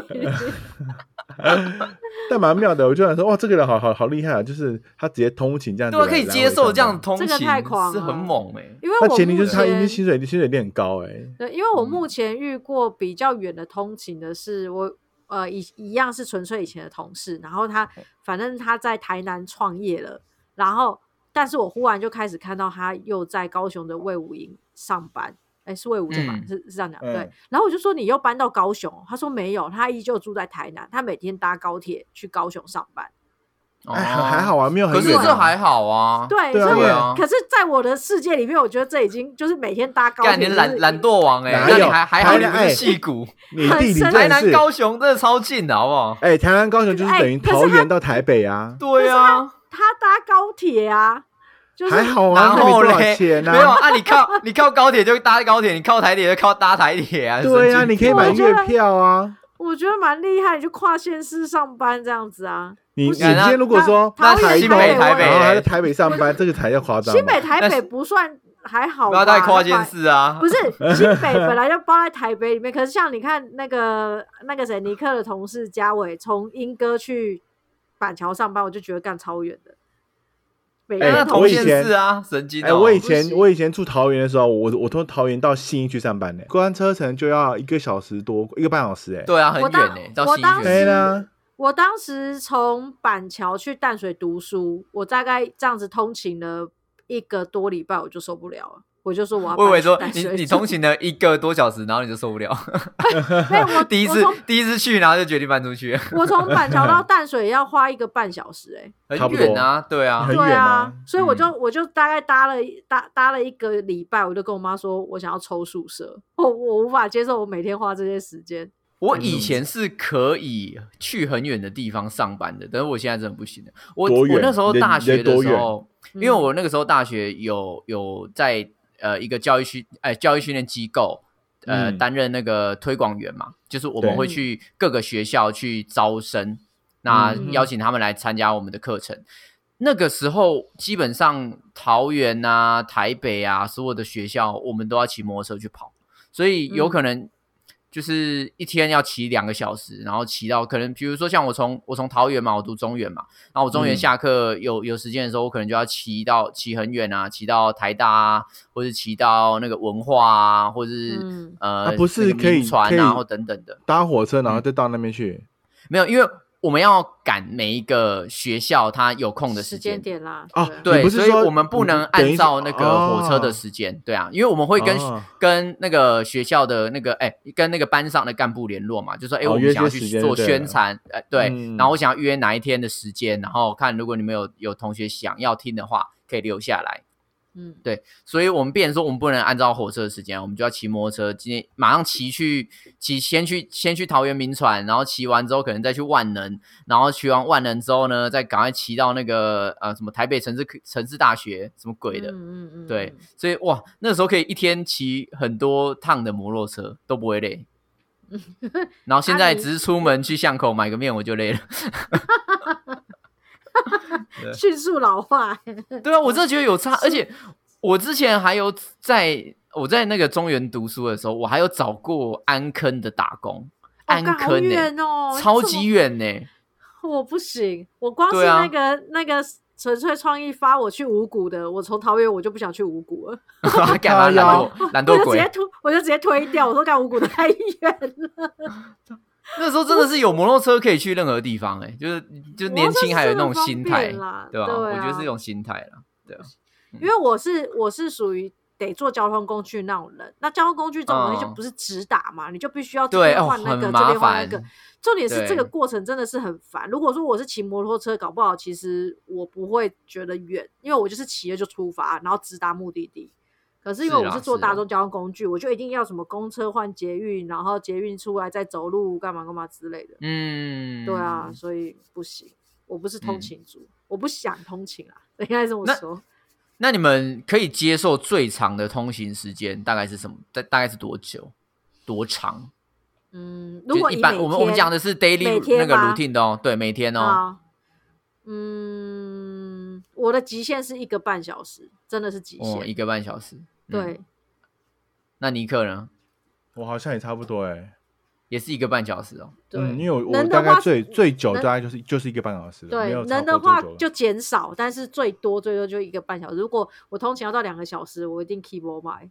Speaker 1: 但蛮妙的。我就想说哇，这个人好好好厉害啊！就是他直接通勤这样子
Speaker 3: 对
Speaker 1: 来，
Speaker 3: 啊，可以
Speaker 1: 来
Speaker 3: 接
Speaker 1: 回
Speaker 3: 受
Speaker 1: 上
Speaker 3: 这样
Speaker 1: 班
Speaker 3: 通勤，
Speaker 2: 这个太狂了
Speaker 3: 是很猛哎。
Speaker 2: 因为
Speaker 1: 那
Speaker 2: 我
Speaker 1: 前提
Speaker 2: 目
Speaker 1: 就是他一定
Speaker 2: 前
Speaker 1: 薪水一定薪水一定很高哎、欸。
Speaker 2: 对，因为我
Speaker 3: 嗯
Speaker 2: 目前遇过比较远的通勤的是我呃一一样是纯粹以前的同事，然后他反正他在台南创业了，然后但是我忽然就开始看到他又在高雄的魏武营上班，哎是魏武镇吧？
Speaker 3: 嗯
Speaker 2: 是是这样讲、
Speaker 1: 嗯
Speaker 2: 对。然后我就说你又搬到高雄，他说没有，他依旧住在台南，他每天搭高铁去高雄上班。
Speaker 1: [LAUGHS] 哎，还还好啊，没有
Speaker 3: 哦，可
Speaker 1: 很
Speaker 3: 是
Speaker 1: 远、啊。
Speaker 3: 这还好啊。
Speaker 2: 对，
Speaker 1: 对啊
Speaker 2: 所以
Speaker 1: 对
Speaker 2: 我
Speaker 3: 啊
Speaker 2: 可是在我的世界里面，我觉得这已经就是每天搭高铁
Speaker 3: 干
Speaker 2: 就
Speaker 3: 你
Speaker 2: 是，
Speaker 3: 懒懒惰王哎，
Speaker 1: 哪
Speaker 3: 那你
Speaker 1: 有
Speaker 3: 还还好，
Speaker 1: 台
Speaker 3: 你
Speaker 1: 南
Speaker 3: 不是
Speaker 1: 哎
Speaker 3: 戏骨，
Speaker 1: 你地理
Speaker 2: 很深
Speaker 3: 台
Speaker 1: 真的
Speaker 3: 南
Speaker 1: 是，
Speaker 3: 高雄真的超近的，好不好？
Speaker 1: 哎、台南高雄就是等于
Speaker 2: 哎可是
Speaker 1: 桃
Speaker 2: 他
Speaker 1: 园到台北啊，
Speaker 3: 对啊，
Speaker 2: 他搭高铁啊，就是
Speaker 1: 还好
Speaker 3: 然
Speaker 1: 啊，那没
Speaker 3: 后
Speaker 1: 多
Speaker 3: 嘞，
Speaker 1: 少钱
Speaker 3: 没有
Speaker 1: 啊？
Speaker 3: 啊，你靠你靠高铁就搭高铁，你靠台铁就靠搭台铁啊。
Speaker 1: 对
Speaker 3: 呀、
Speaker 1: 啊，你可以买
Speaker 2: 我觉
Speaker 1: 月
Speaker 2: 得
Speaker 1: 票啊，
Speaker 2: 我觉得蛮厉害，就跨县市上班这样子啊。
Speaker 1: 你
Speaker 2: 不
Speaker 1: 你
Speaker 2: 是
Speaker 1: 今天如果说
Speaker 2: 那
Speaker 1: 台
Speaker 2: 那
Speaker 1: 北，
Speaker 2: 新北台北
Speaker 1: 然后他在台北上班，这个才叫夸张吧。
Speaker 2: 新北、台
Speaker 3: 但
Speaker 2: 北
Speaker 3: 是
Speaker 2: 不算还好
Speaker 3: 不
Speaker 2: 吧？
Speaker 3: 要太跨
Speaker 2: 那
Speaker 3: 件
Speaker 2: 还
Speaker 3: 事啊！
Speaker 2: 不是新北本来就包在台北里面，可是像你看那个那个谁尼克的同事嘉伟从莺歌去板桥上班，我就觉得干超远的。每个
Speaker 1: 哎
Speaker 2: 人
Speaker 3: 那
Speaker 2: 同
Speaker 1: 我
Speaker 3: 同
Speaker 1: 以
Speaker 2: 事
Speaker 3: 件
Speaker 1: 前
Speaker 3: 事啊，神经
Speaker 1: 哎，
Speaker 3: 哦！
Speaker 1: 我以
Speaker 2: 不行
Speaker 1: 前我以前住桃园的时候，我我从桃园到信义去上班呢，过关车程就要一个小时多，一个半小时哎。
Speaker 3: 对啊，很
Speaker 2: 我
Speaker 3: 远
Speaker 2: 当
Speaker 3: 呢，到
Speaker 2: 我
Speaker 3: 新
Speaker 2: 当
Speaker 1: 对
Speaker 3: 学
Speaker 2: 时
Speaker 1: 啦，
Speaker 2: 我当时从板桥去淡水读书，我大概这样子通勤了一个多礼拜，我就受不了了。我就说我要
Speaker 3: 我以为
Speaker 2: 搬去
Speaker 3: 说
Speaker 2: 淡
Speaker 3: 你
Speaker 2: 水
Speaker 3: 你
Speaker 2: 住
Speaker 3: 通勤了一个多小时，然后你就受不了。 [LAUGHS]
Speaker 2: 没有我
Speaker 3: 第一
Speaker 2: 我
Speaker 3: 次
Speaker 2: 从
Speaker 3: 第一次去，然后就决定搬出去，
Speaker 2: 我从板桥到淡水要花一个半小时、欸，
Speaker 3: 很
Speaker 1: 差不多
Speaker 3: 远啊，对啊
Speaker 1: [LAUGHS] 很，
Speaker 2: 对
Speaker 1: 远
Speaker 2: 啊
Speaker 1: 啊，
Speaker 2: 所以我就、我就大概搭了一搭搭了一个礼拜，我就跟我妈说，我想要抽宿舍，我我无法接受我每天花这些时间。
Speaker 3: 我以前是可以去很远的地方上班的，但是我现在真的不行了。我
Speaker 1: 多远
Speaker 3: 我那时候
Speaker 1: 你的
Speaker 3: 大学
Speaker 1: 你的
Speaker 3: 的
Speaker 1: 多
Speaker 3: 时
Speaker 1: 远
Speaker 3: 候，因为我那个时候大学有有在呃一个教育训呃教育训练机构呃、
Speaker 1: 嗯
Speaker 3: 担任那个推广员嘛，就是我们
Speaker 1: 对
Speaker 3: 会去各个学校去招生，那
Speaker 1: 嗯
Speaker 3: 邀请他们来参加我们的课程。那个时候基本上桃园啊、台北啊，所有的学校我们都要骑摩托车去跑，所以
Speaker 2: 嗯
Speaker 3: 有可能就是一天要骑两个小时，然后骑到可能比如说像我从我从桃园嘛，我读中原嘛，然后我中原
Speaker 1: 嗯
Speaker 3: 下课有、有时间的时候，我可能就要骑到骑很远啊，骑到台大啊，或是骑到那个文化啊，或是、
Speaker 2: 嗯
Speaker 3: 呃
Speaker 1: 啊，不
Speaker 3: 那
Speaker 1: 是
Speaker 3: 个
Speaker 1: 可以
Speaker 3: 民传
Speaker 1: 可以
Speaker 3: 啊或等等的。嗯
Speaker 1: 搭火车，然后再到那边去。
Speaker 3: 没有，因为我们要赶每一个学校它有空的
Speaker 2: 时
Speaker 3: 时
Speaker 2: 间
Speaker 3: 间。
Speaker 2: 点啦，
Speaker 1: 哦
Speaker 2: 对啊
Speaker 3: 对，
Speaker 1: 你不是
Speaker 3: 所以
Speaker 1: 说
Speaker 3: 我们不能按照那个火车的时间，对啊，因为我们会跟、
Speaker 1: 哦
Speaker 3: 跟那个学校的那个哎、跟那个班上的干部联络嘛，就说哎、
Speaker 1: 哦
Speaker 3: 我
Speaker 1: 约
Speaker 3: 们
Speaker 1: 些
Speaker 3: 想要
Speaker 1: 时
Speaker 3: 去
Speaker 1: 间
Speaker 3: 做
Speaker 1: 就对
Speaker 3: 宣
Speaker 1: 了
Speaker 3: 传，哎、对，
Speaker 1: 嗯
Speaker 3: 然后我想要约哪一天的时间，然后看如果你们有有同学想要听的话，可以留下来。
Speaker 2: 嗯，
Speaker 3: 所以我们变成说，我们不能按照火车的时间，我们就要骑摩托车，今天马上骑去骑，先去先去桃园民传，然后骑完之后可能再去万能，然后骑完万能之后呢，再赶快骑到那个呃什么台北城市城市大学什么鬼的，
Speaker 2: 嗯嗯嗯，
Speaker 3: 对
Speaker 2: 嗯，
Speaker 3: 所以哇，那时候可以一天骑很多趟的摩托车都不会
Speaker 2: [LAUGHS]
Speaker 3: 累。然后现
Speaker 2: 啊
Speaker 3: 在
Speaker 2: 你
Speaker 3: 只是出门去巷口买个面我就累了。
Speaker 2: 迅速老化，
Speaker 3: 对啊，我真的觉得有差，而且我之前还有在我在那个中原读书的时候，我还有找过安坑的打工，
Speaker 2: 哦
Speaker 3: 安
Speaker 2: 干好
Speaker 3: 坑呢、欸
Speaker 2: 远哦，
Speaker 3: 超
Speaker 2: 这么
Speaker 3: 级远欸呢、
Speaker 2: [LAUGHS] 我不行，我光是
Speaker 3: 对啊
Speaker 2: 那个、那个纯粹创意发我去五谷的，我从桃园我就不想去五谷了，
Speaker 3: 干嘛
Speaker 1: 哎呀
Speaker 3: 懒惰懒惰
Speaker 2: 我就直接
Speaker 3: 鬼？
Speaker 2: 推，我就直接推掉，我说干五谷太 [LAUGHS] 远了，
Speaker 3: 那时候真的是有摩托车可以去任何地方哎、就是就是年轻还有那种
Speaker 2: 摩托车
Speaker 3: 心
Speaker 2: 真的很方
Speaker 3: 态，
Speaker 2: 便啦
Speaker 3: 对吧、
Speaker 2: 对啊
Speaker 3: 我觉得是一种心态啦。
Speaker 2: 因为我是我是属于。得坐交通工具那种人，那交通工具这种东西就
Speaker 3: 嗯
Speaker 2: 不是直打嘛，你就必须要这
Speaker 3: 对，
Speaker 2: 边
Speaker 3: 哦，
Speaker 2: 换那
Speaker 3: 很
Speaker 2: 个，这
Speaker 3: 麻
Speaker 2: 边换那
Speaker 3: 烦。
Speaker 2: 个。重点是这个
Speaker 3: 对
Speaker 2: 过程真的是很烦。如果说我是骑摩托车，搞不好其实我不会觉得远，因为我就是骑了就出发，然后直达目的地。可是因为
Speaker 3: 是
Speaker 2: 我
Speaker 3: 啦
Speaker 2: 是坐
Speaker 3: 是啦啊
Speaker 2: 大众交通工具，我就一定要什么公车换捷运，然后捷运出来再走路干嘛干嘛之类的。
Speaker 3: 嗯，
Speaker 2: 对啊，所以不行，我不是通
Speaker 3: 嗯
Speaker 2: 勤族，我不想通勤啊， [LAUGHS] 应该这么
Speaker 3: 那
Speaker 2: 说。
Speaker 3: 那你们可以接受最长的通行时间大概是什么？大大概是多久？多长？
Speaker 2: 嗯，
Speaker 3: 就
Speaker 2: 如果
Speaker 3: 一
Speaker 2: 你
Speaker 3: 般
Speaker 2: 每
Speaker 3: 我们我们
Speaker 2: 天
Speaker 3: 讲的是 daily
Speaker 2: 每天
Speaker 3: 那个
Speaker 2: 吗
Speaker 3: routine 的哦，对，每天哦，
Speaker 2: 啊，嗯，我的极限是一个半小时，真的是极限。
Speaker 3: 哦，一个半小时。嗯
Speaker 2: 对，，
Speaker 3: 那尼克呢？
Speaker 1: 我好像也差不多哎。
Speaker 3: 也是一个半小时哦。
Speaker 2: 对，
Speaker 1: 嗯，因为我我
Speaker 2: 能的
Speaker 1: 大概
Speaker 2: 话
Speaker 1: 最最久
Speaker 2: 能
Speaker 1: 大概就是就是一个半小时了，没有
Speaker 2: 对
Speaker 1: 超
Speaker 2: 能
Speaker 1: 过
Speaker 2: 的
Speaker 1: 最
Speaker 2: 话
Speaker 1: 久了
Speaker 2: 就减少，但是最多最多就一个半小时。如果我通勤要到两个小时，我一定 keep 我买。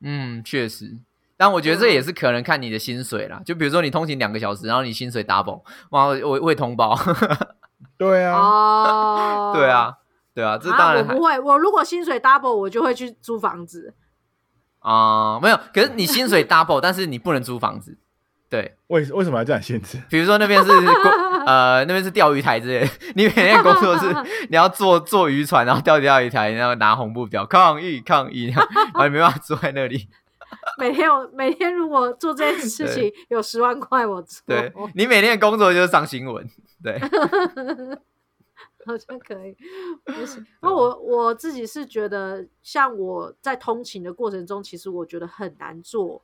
Speaker 3: 嗯，确实。但我觉得这
Speaker 2: 对啊
Speaker 3: 也是可能看你的薪水啦。就比如说你通勤两个小时，然后你薪水 double，哇，我我会通报。
Speaker 1: 对啊， [LAUGHS]
Speaker 2: 哦
Speaker 3: [LAUGHS] 对，啊，对啊，这当
Speaker 2: 啊，我
Speaker 3: 然还
Speaker 2: 不会，我如果薪水 double，我就会去租房子。
Speaker 3: 啊、没有。可是你薪水 double，但是你不能租房子。对，
Speaker 1: 为为什么要这样限制？
Speaker 3: 比如说那边是
Speaker 2: [LAUGHS]
Speaker 3: 工呃，那边是钓鱼台之类的， [LAUGHS] 你每天工作是 [LAUGHS] 你要坐坐渔船，然后钓钓鱼台，然后拿红布条抗议抗议，然后然后你没办法坐在那
Speaker 2: [LAUGHS]
Speaker 3: 里。
Speaker 2: 每天我每天如果做这件事情有十万块，我做，
Speaker 3: 对你每天的工作就是上新
Speaker 2: [LAUGHS]
Speaker 3: 闻，对，
Speaker 2: 好像可以。不是，
Speaker 3: 啊
Speaker 2: 那我我自己是觉得，像我在通勤的过程中，其实我觉得很难做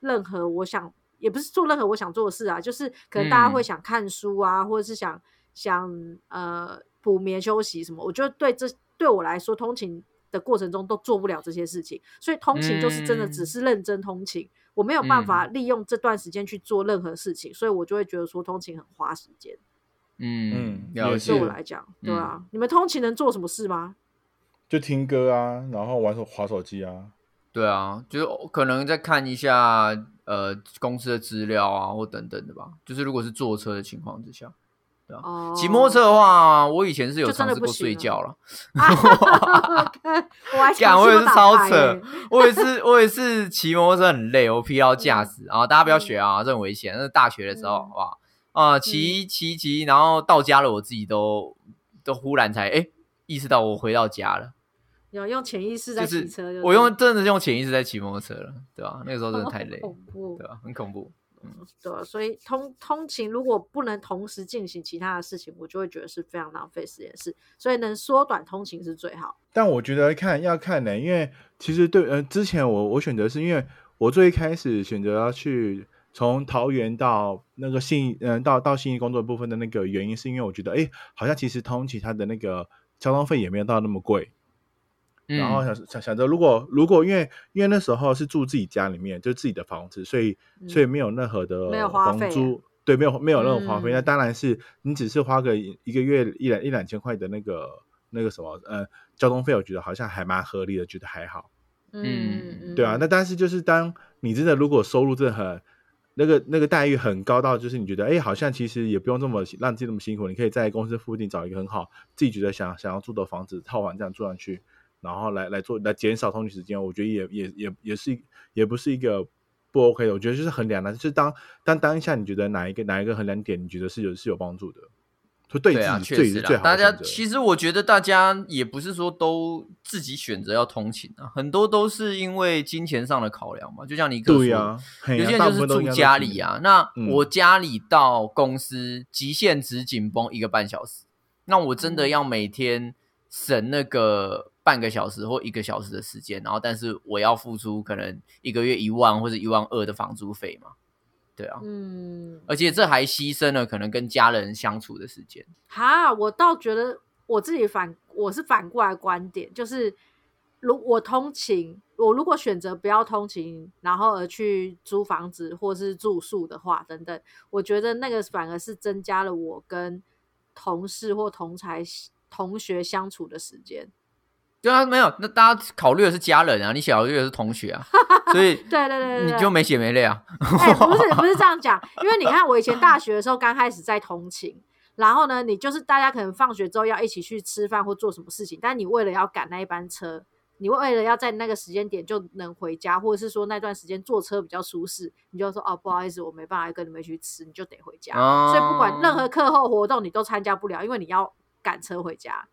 Speaker 2: 任何我想，也不是做任何我想做的事啊，就是可能大家会
Speaker 3: 嗯
Speaker 2: 想看书啊，或者是想想呃补眠休息什么，我觉得对这对我来说通勤的过程中都做不了这些事情，所以通勤就是真的只
Speaker 3: 嗯
Speaker 2: 是认真通勤，我没有办法利用这段时间去做任何事情，所以我就会觉得说通勤很花时间。
Speaker 3: 嗯
Speaker 1: 嗯，
Speaker 3: 了
Speaker 1: 也
Speaker 3: 解
Speaker 1: 是
Speaker 2: 对我来讲，对啊，
Speaker 3: 嗯
Speaker 2: 你们通勤能做什么事吗？
Speaker 1: 就听歌啊，然后玩手滑手机啊，
Speaker 3: 对啊，就是可能再看一下呃公司的资料啊，或等等的吧。就是如果是坐车的情况之下，
Speaker 2: 哦，
Speaker 3: 骑摩托车的话，我以前是有
Speaker 2: 就真
Speaker 3: 尝
Speaker 2: 的
Speaker 3: 试
Speaker 2: 不
Speaker 3: 过睡
Speaker 2: 行了
Speaker 3: 觉了。
Speaker 2: 啊，看啊我还
Speaker 3: 干我也是超
Speaker 2: 想说打牌
Speaker 3: 扯 [LAUGHS] 我也是，我也是骑摩托车很累，我疲劳驾驶啊，大家不要学啊，这很危险。那是大学的时候，
Speaker 2: 嗯
Speaker 3: 好不好？啊，骑骑骑，然后到家了，我自己都都忽然才哎、诶意识到我回到家了，
Speaker 2: 有用潜意识在
Speaker 3: 就是
Speaker 2: 骑车，哦
Speaker 3: 我用真的是用潜意识在骑摩托车了，对吧、那个时候真的太累，
Speaker 2: 恐怖
Speaker 3: 对，吧、很恐怖。
Speaker 2: 对啊，所以通通勤如果不能同时进行其他的事情，我就会觉得是非常浪费时间的事，所以能缩短通勤是最好。
Speaker 1: 但我觉得看要看呢、因为其实对呃，之前我我选择是因为我最一开始选择要去从桃园到那个信嗯、到到信义工作部分的那个原因，是因为我觉得哎、诶好像其实通勤它的那个交通费也没有到那么贵，
Speaker 3: 嗯
Speaker 1: 然后想想想着如果如果因为因为那时候是住自己家里面，就是自己的房子，所以
Speaker 2: 嗯
Speaker 1: 所以没有任何的
Speaker 2: 没有花
Speaker 1: 房
Speaker 2: 费
Speaker 1: 租，对，没有没有那种花费。
Speaker 2: 嗯
Speaker 1: 那当然是你只是花个一一个月一两一两千块的那个那个什么呃交通费，我觉得好像还蛮合理的，觉得还好。
Speaker 3: 嗯
Speaker 1: 对啊，那但是就是当你真的如果收入真的很那个那个待遇很高到，就是你觉得哎、好像其实也不用这么让自己那么辛苦，你可以在公司附近找一个很好自己觉得想想要住的房子套房这样住上去，然后来来做来减少通勤时间，我觉得也也也也是也不是一个不 OK 的，我觉得就是衡量的，就是当当当下你觉得哪一个哪一个衡量点你觉得是有是有帮助的，就对
Speaker 3: 对啊，
Speaker 1: 自己
Speaker 3: 确
Speaker 1: 最
Speaker 3: 实
Speaker 1: 是
Speaker 3: 啦
Speaker 1: 最，好
Speaker 3: 大
Speaker 1: 的
Speaker 3: 家
Speaker 1: 选择
Speaker 3: 其实我觉得大家也不是说都自己选择要通勤啊，很多都是因为金钱上的考量嘛。就像你哥说
Speaker 1: 对
Speaker 3: 的，
Speaker 1: 啊，嘿啊
Speaker 3: [LAUGHS] 有些人
Speaker 1: 大
Speaker 3: 就是
Speaker 1: 部分都应
Speaker 3: 住
Speaker 1: 该都
Speaker 3: 家
Speaker 1: 是
Speaker 3: 里啊。那
Speaker 1: 嗯
Speaker 3: 我家里到公司极限值紧绷一个半小时，那我真
Speaker 2: 嗯
Speaker 3: 的要每天省那个半个小时或一个小时的时间，然后但是我要付出可能一个月一万或者一万二的房租费嘛。对啊，
Speaker 2: 嗯，
Speaker 3: 而且这还牺牲了可能跟家人相处的时间。
Speaker 2: 哈，我倒觉得我自己反我是反过来观点，就是如我通勤，我如果选择不要通勤，然后而去租房子或是住宿的话，等等，我觉得那个反而是增加了我跟同事或同才同学相处的时间。
Speaker 3: 对啊，没有，那大家考虑的是家人啊，你考虑的是同学啊，所以
Speaker 2: 对 [LAUGHS] 对对对
Speaker 3: 你
Speaker 2: 对
Speaker 3: 就没血没泪啊。
Speaker 2: 哎、不是不是这样讲，因为你看我以前大学的时候刚开始在同勤，然后呢，你就是大家可能放学之后要一起去吃饭或做什么事情，但你为了要赶那一班车，你为了要在那个时间点就能回家，或者是说那段时间坐车比较舒适，你就说哦不好意思，我没办法跟你们一起去吃，你就得回家。
Speaker 3: 哦
Speaker 2: 所以不管任何课后活动你都参加不了，因为你要赶车回家。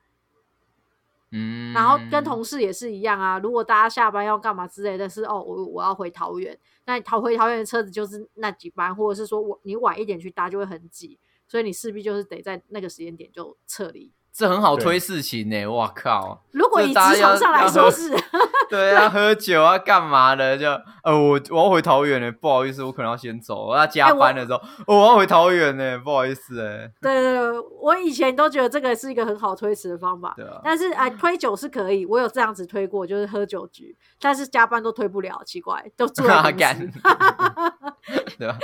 Speaker 3: 嗯
Speaker 2: 然后跟同事也是一样啊，如果大家下班要干嘛之类的是，哦，我我要回桃园，那你逃回桃园的车子就是那几班，或者是说我你晚一点去搭就会很挤，所以你势必就是得在那个时间点就撤离。
Speaker 3: 这很好
Speaker 1: 对
Speaker 3: 推事情呢、哇靠！
Speaker 2: 如果
Speaker 3: 这
Speaker 2: 以职
Speaker 3: 大家
Speaker 2: 场上来
Speaker 3: 要 [LAUGHS]
Speaker 2: 说是， [LAUGHS]
Speaker 3: 对啊，喝酒啊，干嘛的？就呃，我我要回桃园呢、不好意思，我可能要先走，我
Speaker 2: 哎
Speaker 3: 要加班的时候，哦我要回桃园呢、不好意思哎、
Speaker 2: 对对对，我以前都觉得这个是一个很好推迟的方法，
Speaker 3: 对啊，
Speaker 2: 但是哎、推酒是可以，我有这样子推过，就是喝酒局，但是加班都推不了，奇怪，都住
Speaker 3: [LAUGHS]
Speaker 2: 在公
Speaker 3: 啊干
Speaker 2: [LAUGHS] 司，，
Speaker 3: 对啊，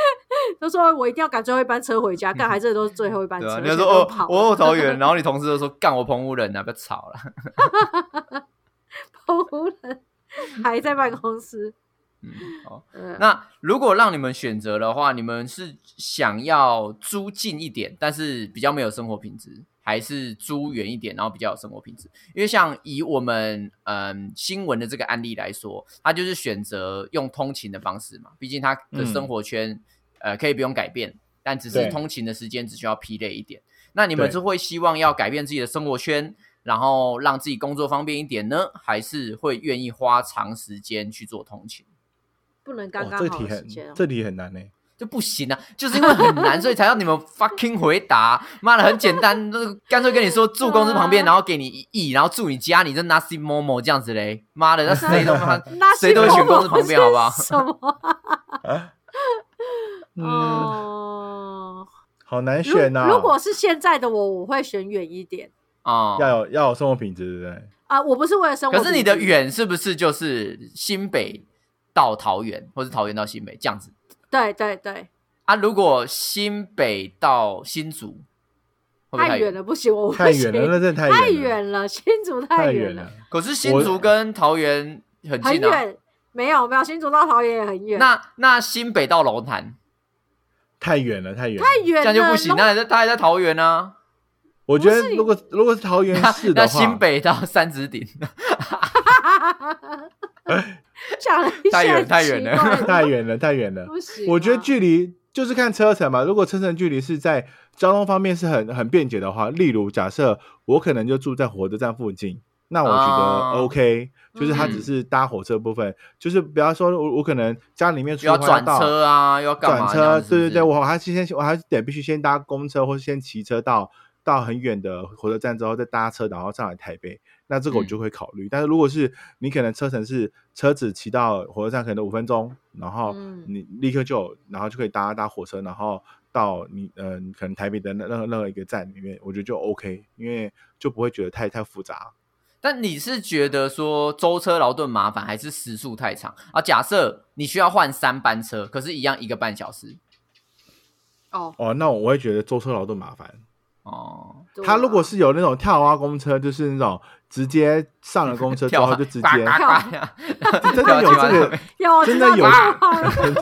Speaker 2: 都说我一定要赶最后一班车回家，干还真的都是最后一班
Speaker 3: 对
Speaker 2: 车，
Speaker 3: 啊，你
Speaker 2: 而
Speaker 3: 就
Speaker 2: 且
Speaker 3: 说
Speaker 2: 都
Speaker 3: 哦
Speaker 2: 跑，
Speaker 3: 我回桃园，然后你同事就说干我澎湖人啊，不要吵了，
Speaker 2: 澎湖人 [LAUGHS] 还在办公室。
Speaker 3: 嗯，好。
Speaker 2: 嗯，
Speaker 3: 那如果让你们选择的话，你们是想要租近一点，但是比较没有生活品质，还是租远一点，然后比较有生活品质？因为像以我们嗯新闻的这个案例来说，他就是选择用通勤的方式嘛，毕竟他的生活圈、呃可以不用改变，但只是
Speaker 1: 对
Speaker 3: 通勤的时间只需要疲累一点。那你们
Speaker 1: 对
Speaker 3: 是会希望要改变自己的生活圈，然后让自己工作方便一点呢，还是会愿意花长时间去做通勤？
Speaker 2: 不能刚
Speaker 1: 哇
Speaker 2: 刚
Speaker 1: 这
Speaker 2: 好
Speaker 1: 题
Speaker 2: 的时
Speaker 1: 很
Speaker 2: 间哦。
Speaker 1: 这题很难呢、
Speaker 3: 就不行啊，就是因为很难，所以才要你们 fucking 回答。妈的，很简单，那个干脆跟你说住公司旁边，
Speaker 2: 啊
Speaker 3: 然后给你一亿，然后住你家，你这 nasi momo 这样子嘞。妈的，那谁都
Speaker 2: [LAUGHS]
Speaker 3: 他
Speaker 2: 那
Speaker 3: 谁都会选公司旁边，好不
Speaker 1: 嗯
Speaker 3: 好？
Speaker 2: 什么？
Speaker 1: 啊，嗯，
Speaker 2: 哦，
Speaker 1: 好难选啊呐、
Speaker 2: 如如果是现在的我，我会选远一点
Speaker 3: 啊、
Speaker 1: 要有要有生活品质，对不对？
Speaker 2: 啊！我不是为了生活，
Speaker 3: 可是你的，远是不是就是新北到桃园，或是桃园到新北这样子
Speaker 2: 对对对，
Speaker 3: 啊？如果新北到新竹，会不会
Speaker 2: 太
Speaker 3: 太
Speaker 2: 远？了不行，我不
Speaker 1: 太
Speaker 2: 行
Speaker 1: 远了，那真的太
Speaker 2: 太
Speaker 1: 远了，
Speaker 2: 远了，新竹
Speaker 1: 太
Speaker 2: 太
Speaker 1: 远
Speaker 2: 了，。
Speaker 3: 可是新竹跟桃园很
Speaker 2: 很
Speaker 3: 近啊。
Speaker 2: 远，没有没有，新竹到桃园也很远，
Speaker 3: 那那新北到龙潭，
Speaker 1: 太远了，太远了。
Speaker 2: 太远
Speaker 3: 这
Speaker 2: 了，
Speaker 3: 样就不行。
Speaker 2: 龙
Speaker 3: 那还在他还在桃园啊呢、
Speaker 1: 我觉
Speaker 2: 不
Speaker 1: 得
Speaker 2: 是
Speaker 1: 如果如果是桃园
Speaker 3: 啊
Speaker 1: 市。
Speaker 3: 那
Speaker 1: 的
Speaker 3: [LAUGHS]
Speaker 1: 话，
Speaker 3: 新北到三指
Speaker 1: [LAUGHS]
Speaker 3: 顶，
Speaker 2: 想了一下，
Speaker 3: 太远太远了
Speaker 2: 奇怪
Speaker 1: 太远了，太远了。
Speaker 2: 不行啊。
Speaker 1: 我觉得距离就是看车程嘛。如果车程距离是在交通方面是很很便捷的话，例如假设我可能就住在火车站附近，那我觉
Speaker 3: 啊
Speaker 1: 得 OK，、就是它
Speaker 3: 嗯
Speaker 1: 只是搭火车部
Speaker 2: 嗯
Speaker 1: 分，就是比方说我我可能家里面出
Speaker 3: 又要
Speaker 1: 花
Speaker 3: 转
Speaker 1: 到
Speaker 3: 车啊，又要干
Speaker 1: 转
Speaker 3: 嘛？
Speaker 1: 车，
Speaker 3: 这样子是
Speaker 1: 对
Speaker 3: 不
Speaker 1: 对
Speaker 3: 是
Speaker 1: 对，我还是先我还是得必须先搭公车或是先骑车到到很远的火车站之后再搭车，然后上来台北。那这个我
Speaker 3: 嗯
Speaker 1: 就会考虑。但是如果是你可能车程是车子骑到火车站可能五分钟，然后
Speaker 2: 嗯
Speaker 1: 你立刻就有然后就可以搭搭火车，然后到你嗯、呃你可能台北的那任何任何一个站里面，我觉得就 OK，因为就不会觉得太太复杂。
Speaker 3: 但你是觉得说舟车劳顿麻烦，还是时速太长啊？假设你需要换三班车，可是一样一个半小时
Speaker 2: 哦，
Speaker 1: 哦，那我会觉得舟车劳顿麻烦。
Speaker 3: 哦，
Speaker 2: 对
Speaker 1: 他如果
Speaker 2: 啊
Speaker 1: 是有那种跳蛙公车，就是那种直接上了公车之
Speaker 3: 跳
Speaker 1: 后
Speaker 3: 啊
Speaker 1: 就直接
Speaker 3: 呱呱呱呀，
Speaker 1: 真
Speaker 3: 跳
Speaker 1: 的有
Speaker 3: 进完了
Speaker 1: [LAUGHS] 这个
Speaker 3: 没？
Speaker 2: 有我
Speaker 1: 真
Speaker 2: 知
Speaker 1: 的
Speaker 2: 道
Speaker 1: 有
Speaker 2: 吧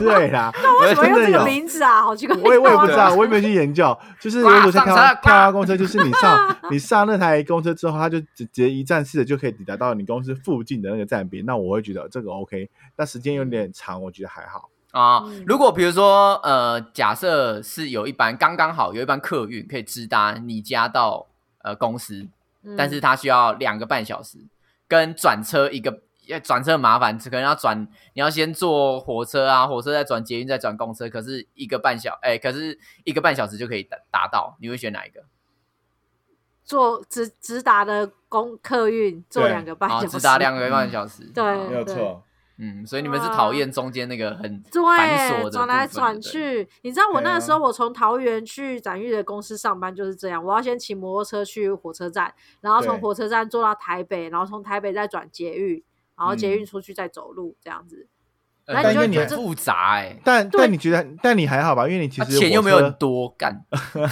Speaker 1: 对啦，
Speaker 2: 为什么
Speaker 1: 真
Speaker 2: 用
Speaker 1: 的
Speaker 2: 这个
Speaker 1: 有
Speaker 2: 名字啊？好奇怪，
Speaker 1: 我也我也不知
Speaker 3: 对
Speaker 1: 道，我也没有去研究。就是如
Speaker 3: 哇
Speaker 1: 果像
Speaker 3: 上
Speaker 1: 跳
Speaker 3: 车了
Speaker 1: 蛙跳
Speaker 3: 哇
Speaker 1: 蛙公车，就是你
Speaker 2: [LAUGHS]
Speaker 1: 上你上那台公车之后，它就直接一站式的就可以抵达到你公司附近的那个站边。那我会觉得这个 OK，但时间有点长，我觉得还好。
Speaker 3: 啊、
Speaker 2: 嗯
Speaker 3: 如果比如说，呃，假设是有一班刚刚好有一班客运可以直达你家到呃公司，
Speaker 2: 嗯
Speaker 3: 但是它需要两个半小时，跟转车一个，要转车很麻烦，可能要转，你要先坐火车啊，火车再转捷运，再转公车，可是一个半小，哎、可是一个半小时就可以达达到，你会选哪一个？
Speaker 2: 坐直直达的公客运坐
Speaker 1: 对
Speaker 2: 两个半
Speaker 3: 啊，
Speaker 2: 小时，
Speaker 3: 直达两个半小时，
Speaker 2: 对
Speaker 3: 嗯
Speaker 2: 没有错，
Speaker 3: 嗯，所以你们是讨厌中间那个很繁琐的
Speaker 2: 对，
Speaker 3: 部分
Speaker 2: 转来转，
Speaker 3: 对
Speaker 2: 去。你知道我
Speaker 1: 对
Speaker 2: 那
Speaker 1: 啊
Speaker 2: 个时候，我从桃园去展玉的公司上班就是这样，我要先骑摩托车去火车站，然后从
Speaker 1: 对嗯
Speaker 2: 火车站坐到台北，然后从台北再转捷运，然后捷运出去再走路这样子。
Speaker 3: 不对
Speaker 2: 那
Speaker 1: 你就会觉得
Speaker 3: 很
Speaker 2: 这
Speaker 3: 复杂哎、
Speaker 1: 但
Speaker 2: 对
Speaker 1: 但你觉得，但你还好吧？因为你其
Speaker 3: 啊
Speaker 1: 实
Speaker 3: 钱又
Speaker 1: 火
Speaker 3: 没有
Speaker 1: 车
Speaker 3: 很，多，
Speaker 2: [LAUGHS]
Speaker 3: 干。 [LAUGHS]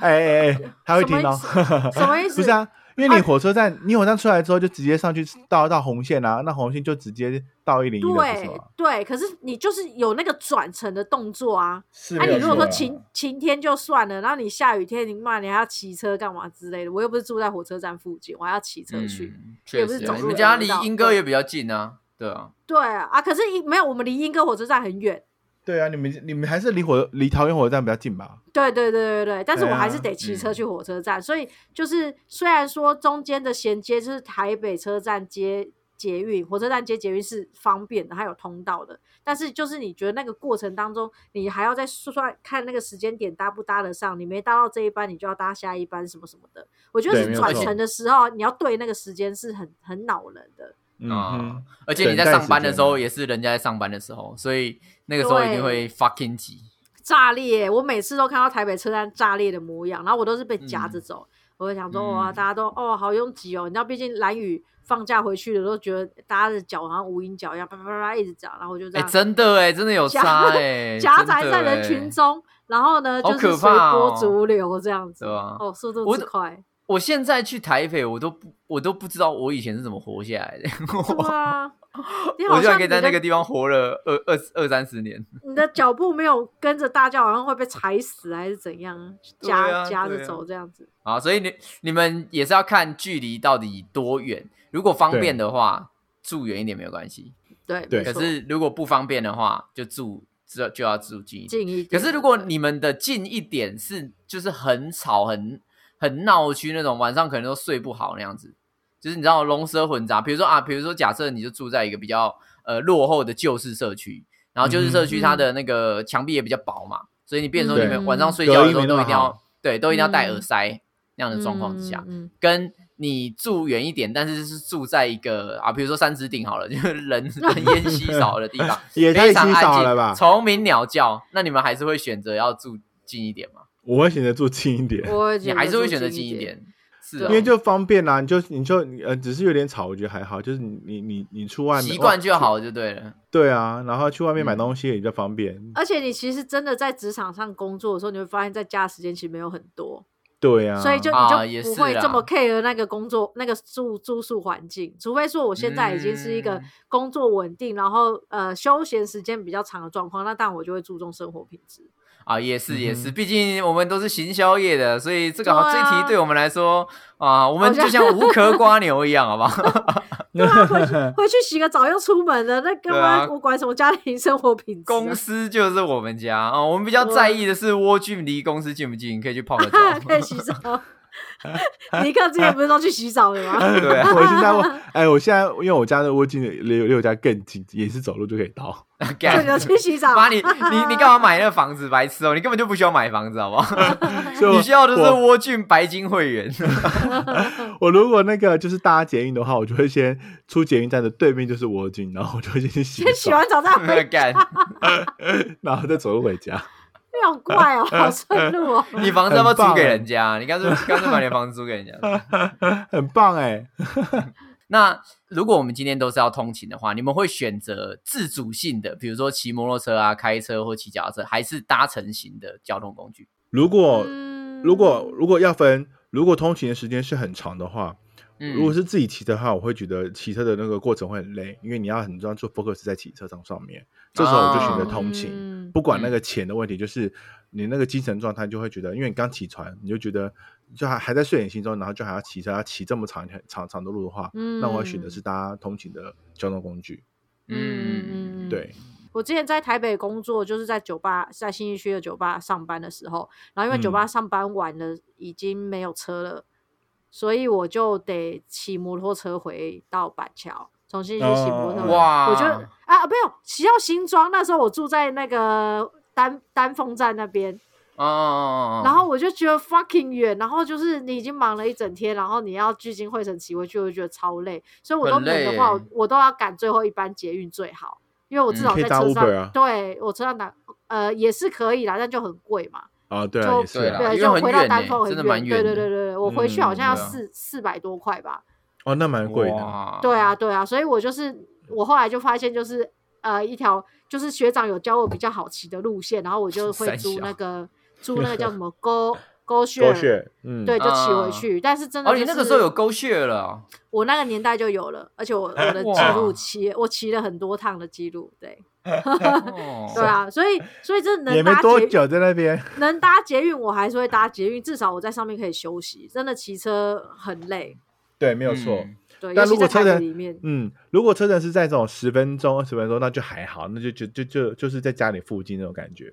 Speaker 1: 哎哎哎，他会听哦
Speaker 2: 什么。
Speaker 1: [LAUGHS]
Speaker 2: 什么意思
Speaker 1: 不是啊，因为你火车站，你火车站出来之后就直接上去到到红线啊，那红线就直接到一零一了，不是啊
Speaker 2: 对
Speaker 1: 吗？
Speaker 2: 对，可是你就是有那个转乘的动作啊。
Speaker 1: 是
Speaker 2: 啊，
Speaker 1: 没有
Speaker 2: 你如果说
Speaker 1: 错啊
Speaker 2: 晴晴天就算了，然后你下雨天你骂你还要骑车干嘛之类的，我又不是住在火车站附近，我还要骑车去。
Speaker 3: 嗯
Speaker 2: 也
Speaker 3: 确
Speaker 2: 不是
Speaker 3: 实
Speaker 2: 走
Speaker 3: 啊，你
Speaker 2: 路
Speaker 3: 们
Speaker 2: 的
Speaker 3: 家
Speaker 2: 那
Speaker 3: 离
Speaker 2: 道
Speaker 3: 英哥
Speaker 2: 对
Speaker 3: 也比较近啊，对啊，
Speaker 2: 对啊，啊可是一没有，我们离莺歌火车站很远。
Speaker 1: 对啊，你们你们还是离火离桃园火车站比较近吧？
Speaker 2: 对对对对对，但是
Speaker 1: 对
Speaker 2: 我还
Speaker 1: 啊
Speaker 2: 是得骑车
Speaker 3: 嗯
Speaker 2: 去火车站，所以就是虽然说中间的衔接就是台北车站接捷运，火车站接捷运是方便的，它有通道的，但是就是你觉得那个过程当中，你还要再算看那个时间点搭不搭得上，你没搭到这一班，你就要搭下一班什么什么的。我觉
Speaker 1: 对
Speaker 2: 得
Speaker 1: 没有
Speaker 2: 是转
Speaker 1: 错
Speaker 2: 乘的时候，你要对那个时间是很很恼人的。
Speaker 1: 嗯
Speaker 3: 啊
Speaker 1: 哼，
Speaker 3: 而且你在
Speaker 1: 等待
Speaker 3: 上班
Speaker 1: 时
Speaker 3: 的
Speaker 1: 间
Speaker 3: 时候
Speaker 1: 啊
Speaker 3: 也是人家在上班的时候，所以那个时候一定会 fucking 急。
Speaker 2: 炸裂！我每次都看到台北车站炸裂的模样，然后我都是被夹着走。我就想说，哇，
Speaker 3: 嗯
Speaker 2: 大家都哦好拥挤哦，你知道，毕竟蓝雨放假回去了，都觉得大家的脚好像无影脚一样，叭叭叭叭一直讲，然后我就这
Speaker 3: 哎、
Speaker 2: 样
Speaker 3: 真的哎、真的有
Speaker 2: 啊夹
Speaker 3: 差哎、
Speaker 2: [LAUGHS] 夹
Speaker 3: 真
Speaker 2: 杂
Speaker 3: 的
Speaker 2: 在
Speaker 3: 哎
Speaker 2: 人群中，然后呢
Speaker 3: 好
Speaker 2: 就
Speaker 3: 可
Speaker 2: 是随
Speaker 3: 怕
Speaker 2: 波
Speaker 3: 哦
Speaker 2: 逐流这样子，
Speaker 3: 对啊
Speaker 2: 哦，速度
Speaker 3: 我
Speaker 2: 之
Speaker 3: 的
Speaker 2: 快，
Speaker 3: 我现在去台北，我都不我都不知道我以前是怎么活下来的。 [LAUGHS]
Speaker 2: 对啊，你
Speaker 3: 我
Speaker 2: 好
Speaker 3: 居然
Speaker 2: 像
Speaker 3: 可以
Speaker 2: 你
Speaker 3: 在那个
Speaker 2: 的
Speaker 3: 地方活了二二二三十年，
Speaker 2: 你的脚步没有跟着大家，好像会被踩死还是怎样，
Speaker 3: 对
Speaker 2: 夹、
Speaker 3: 啊
Speaker 2: 夹着
Speaker 3: 对啊
Speaker 2: 走这样子。
Speaker 3: 啊，所以你你们也是要看距离到底多远，如果方
Speaker 1: 对
Speaker 3: 便的话，住远一点没有关系。
Speaker 2: 对，没
Speaker 1: 对
Speaker 3: 可
Speaker 2: 错
Speaker 3: 是如果不方便的话，就住就就要住近一点。
Speaker 2: 近一
Speaker 3: 可
Speaker 2: 点。
Speaker 3: 是如果
Speaker 2: 对
Speaker 3: 你们的近一点是就是很吵、很很闹区那种，晚上可能都睡不好那样子，就是你知道龙蛇混杂。比如说啊，比如说假设你就住在一个比较呃落后的旧式社区，然后旧式社区它的那个墙壁也比较薄嘛，所以你变成说你们
Speaker 2: 嗯
Speaker 3: 晚上睡觉的时候
Speaker 1: 隔音没那
Speaker 3: 都
Speaker 1: 么
Speaker 3: 一定要
Speaker 1: 好
Speaker 3: 对都一定要戴
Speaker 2: 嗯
Speaker 3: 耳塞那样的状况之下，
Speaker 2: 嗯嗯嗯
Speaker 3: 跟你住远一点，但是是住在一个啊，比如说三指顶好了，就是
Speaker 1: [LAUGHS]
Speaker 3: 人人烟稀少的地方，
Speaker 1: 也太
Speaker 3: 非常
Speaker 1: 稀
Speaker 3: 安
Speaker 1: 少
Speaker 3: 静
Speaker 1: 了吧
Speaker 3: 虫鸣鸟叫，那你们还是会选择要住近一点嘛？
Speaker 1: 我会选择住近一点，
Speaker 2: 我
Speaker 3: 你还是会选择近
Speaker 2: 近
Speaker 3: 一
Speaker 2: 点，
Speaker 3: 点，是
Speaker 2: 对
Speaker 3: 哦
Speaker 1: 因为就方便啦。你就你就呃，只是有点吵，我觉得还好。就是你你你你出外面哦
Speaker 3: 习惯就，好就对了。
Speaker 1: 对啊，然后去外面买
Speaker 3: 嗯
Speaker 1: 东西也比较方便。
Speaker 2: 而且你其实真的在职场上工作的时候，你会发现在家时间其实没有很多，
Speaker 1: 对啊，
Speaker 2: 所以就
Speaker 3: 啊
Speaker 2: 你
Speaker 3: 也
Speaker 2: 就不
Speaker 3: 是
Speaker 2: 会
Speaker 3: 啦
Speaker 2: 这么 care 那个工作那个住住宿环境，除非说我现在已经是一个
Speaker 3: 嗯
Speaker 2: 工作稳定，然后呃休闲时间比较长的状况，那当然我就会注重生活品质。
Speaker 3: 啊，也是也是，
Speaker 1: 嗯
Speaker 3: 毕竟我们都是行销业的，所以这个好、
Speaker 2: 对啊
Speaker 3: 这一题对我们来说啊，我们就像无壳瓜牛一样，好不
Speaker 2: [LAUGHS]
Speaker 3: 好？ [LAUGHS]
Speaker 2: 对啊，回去
Speaker 1: [LAUGHS]
Speaker 2: 回去洗个澡又出门了，那
Speaker 3: 对
Speaker 2: 干嘛
Speaker 3: 啊
Speaker 2: 我管什么家庭生活品质啊、
Speaker 3: 公司就是我们家啊，我们比较在意的是蜗居离公司近不近，可以去泡个
Speaker 2: [LAUGHS]
Speaker 3: 澡。
Speaker 2: [LAUGHS] 可以洗澡。
Speaker 3: [LAUGHS]
Speaker 2: 尼克之前不是都去洗澡了吗？
Speaker 3: 对啊，
Speaker 1: 我现在我哎，我现在因为我家的窝近离离我家更近，也是走路就可以
Speaker 3: [LAUGHS]
Speaker 1: 到。
Speaker 2: 就
Speaker 3: [LAUGHS] 干
Speaker 2: 有去洗澡。
Speaker 3: 妈你你你干嘛买那个房子？白痴哦，你根本就不需要买房子，好不好？
Speaker 1: 所以
Speaker 3: 你需要的是
Speaker 1: 我
Speaker 3: 蜗居白金会员。 [LAUGHS]
Speaker 1: 我如果那个就是搭捷运的话，我就会先出捷运站的对面就是窝近，然后我就会先去洗
Speaker 2: [LAUGHS] 先洗
Speaker 1: 澡，
Speaker 2: 完澡再回，
Speaker 3: 干，
Speaker 1: 然后再走路回家。
Speaker 2: 你好怪哦，好顺路哦。 [LAUGHS]
Speaker 3: 你房子要不要
Speaker 1: 很棒
Speaker 3: 租给
Speaker 1: 哎
Speaker 3: 人
Speaker 2: 欸
Speaker 3: 家？你干脆干脆把你的房子租给人家。
Speaker 2: [LAUGHS]
Speaker 1: [LAUGHS] 很棒哎、
Speaker 3: 那如果我们今天都是要通勤的话，你们会选择自主性的，比如说骑摩托车啊、开车或骑脚踏车，还是搭乘型的交通工具？
Speaker 1: 如果
Speaker 2: 嗯
Speaker 1: [LAUGHS] 如果如果要分，如果通勤的时间是很长的话，
Speaker 3: 嗯，
Speaker 1: 如果是自己骑车的话，我会觉得骑车的那个过程会很累，因为你要很专注 focus 在骑车上上面。这时候我就选择通勤，
Speaker 2: 嗯
Speaker 1: 不管那个钱的问题，就是你那个精神状态就会觉得，因为你刚起床，你就觉得就还还在睡眼惺忪，然后就还要骑车，要骑这么长长长的路的话，
Speaker 2: 嗯
Speaker 1: 那我会选择是搭通勤的交通工具。
Speaker 3: 嗯，
Speaker 2: 嗯，
Speaker 1: 对，
Speaker 2: 我之前在台北工作，就是在酒吧，在新一区的酒吧上班的时候，然后因为酒
Speaker 1: 嗯
Speaker 2: 吧上班晚了，已经没有车了，所以我就得骑摩托车回到板桥，从新一区骑摩托车
Speaker 1: 嗯
Speaker 2: 回。
Speaker 3: 哇，
Speaker 2: 我觉得啊，没有骑到新庄，那时候我住在那个丹丹凤站那边，
Speaker 3: 哦，
Speaker 2: 然后我就觉得 fucking 远，然后就是你已经忙了一整天，然后你要聚精会神骑回去，我就觉得超累，所以我都
Speaker 3: 很
Speaker 2: 冷
Speaker 3: 累
Speaker 2: 的话，
Speaker 3: 耶
Speaker 2: 我我都要赶最后一班捷运最好，因为我至
Speaker 3: 嗯
Speaker 2: 少
Speaker 1: 可以
Speaker 2: 在
Speaker 1: 搭
Speaker 2: 车上，
Speaker 1: Uber 啊
Speaker 2: 对我车上打呃也是可以啦，但就很贵嘛，
Speaker 1: 啊，对啊，
Speaker 2: 就
Speaker 1: 也是
Speaker 3: 对
Speaker 1: 啊
Speaker 3: 啦
Speaker 2: 对，
Speaker 3: 因为
Speaker 2: 就
Speaker 3: 很
Speaker 2: 回到
Speaker 3: 远
Speaker 2: 丹
Speaker 3: 耶
Speaker 2: 凤很
Speaker 3: 真的蛮
Speaker 2: 对
Speaker 3: 远
Speaker 2: 对
Speaker 3: 的
Speaker 2: 对对对，我回去好像要
Speaker 1: 嗯对啊
Speaker 2: 四四百多块吧，
Speaker 1: 哦，那蛮贵的。
Speaker 3: 哇
Speaker 2: 对，啊，对啊，所以我就是我后来就发现，就是呃，一条就是学长有教我比较好骑的路线，然后我就会
Speaker 3: 三
Speaker 2: 租
Speaker 3: 小
Speaker 2: 那个租那个叫什么 Go Go
Speaker 1: 狗
Speaker 2: Share，
Speaker 1: 血，嗯，
Speaker 2: 对，就骑
Speaker 3: 啊
Speaker 2: 回去。但是真的、
Speaker 3: 哦，
Speaker 2: 就是，
Speaker 3: 你那个时候有勾血了
Speaker 2: [LAUGHS]
Speaker 3: 哦，
Speaker 2: 我那个年代就有了，而且我我的记
Speaker 3: 哇
Speaker 2: 录骑我骑了很多趟的记录，对
Speaker 3: 哦
Speaker 2: 对啊，所以所以这能
Speaker 1: 也没
Speaker 2: 搭
Speaker 1: 多
Speaker 2: 捷
Speaker 1: 久在那边。
Speaker 2: 能搭捷运，我还是会搭捷运，至少我在上面可以休息。真的骑车很累，
Speaker 1: 对，没有错。
Speaker 3: 嗯
Speaker 2: 对，
Speaker 1: 但
Speaker 2: 尤
Speaker 1: 如
Speaker 2: 其
Speaker 1: 果
Speaker 2: 在
Speaker 1: 车
Speaker 2: 台北
Speaker 1: 程
Speaker 2: 里面，
Speaker 1: 嗯，如果车程是在这种十分钟、二十分钟，那就还好，那就就就就就是在家里附近那种感觉。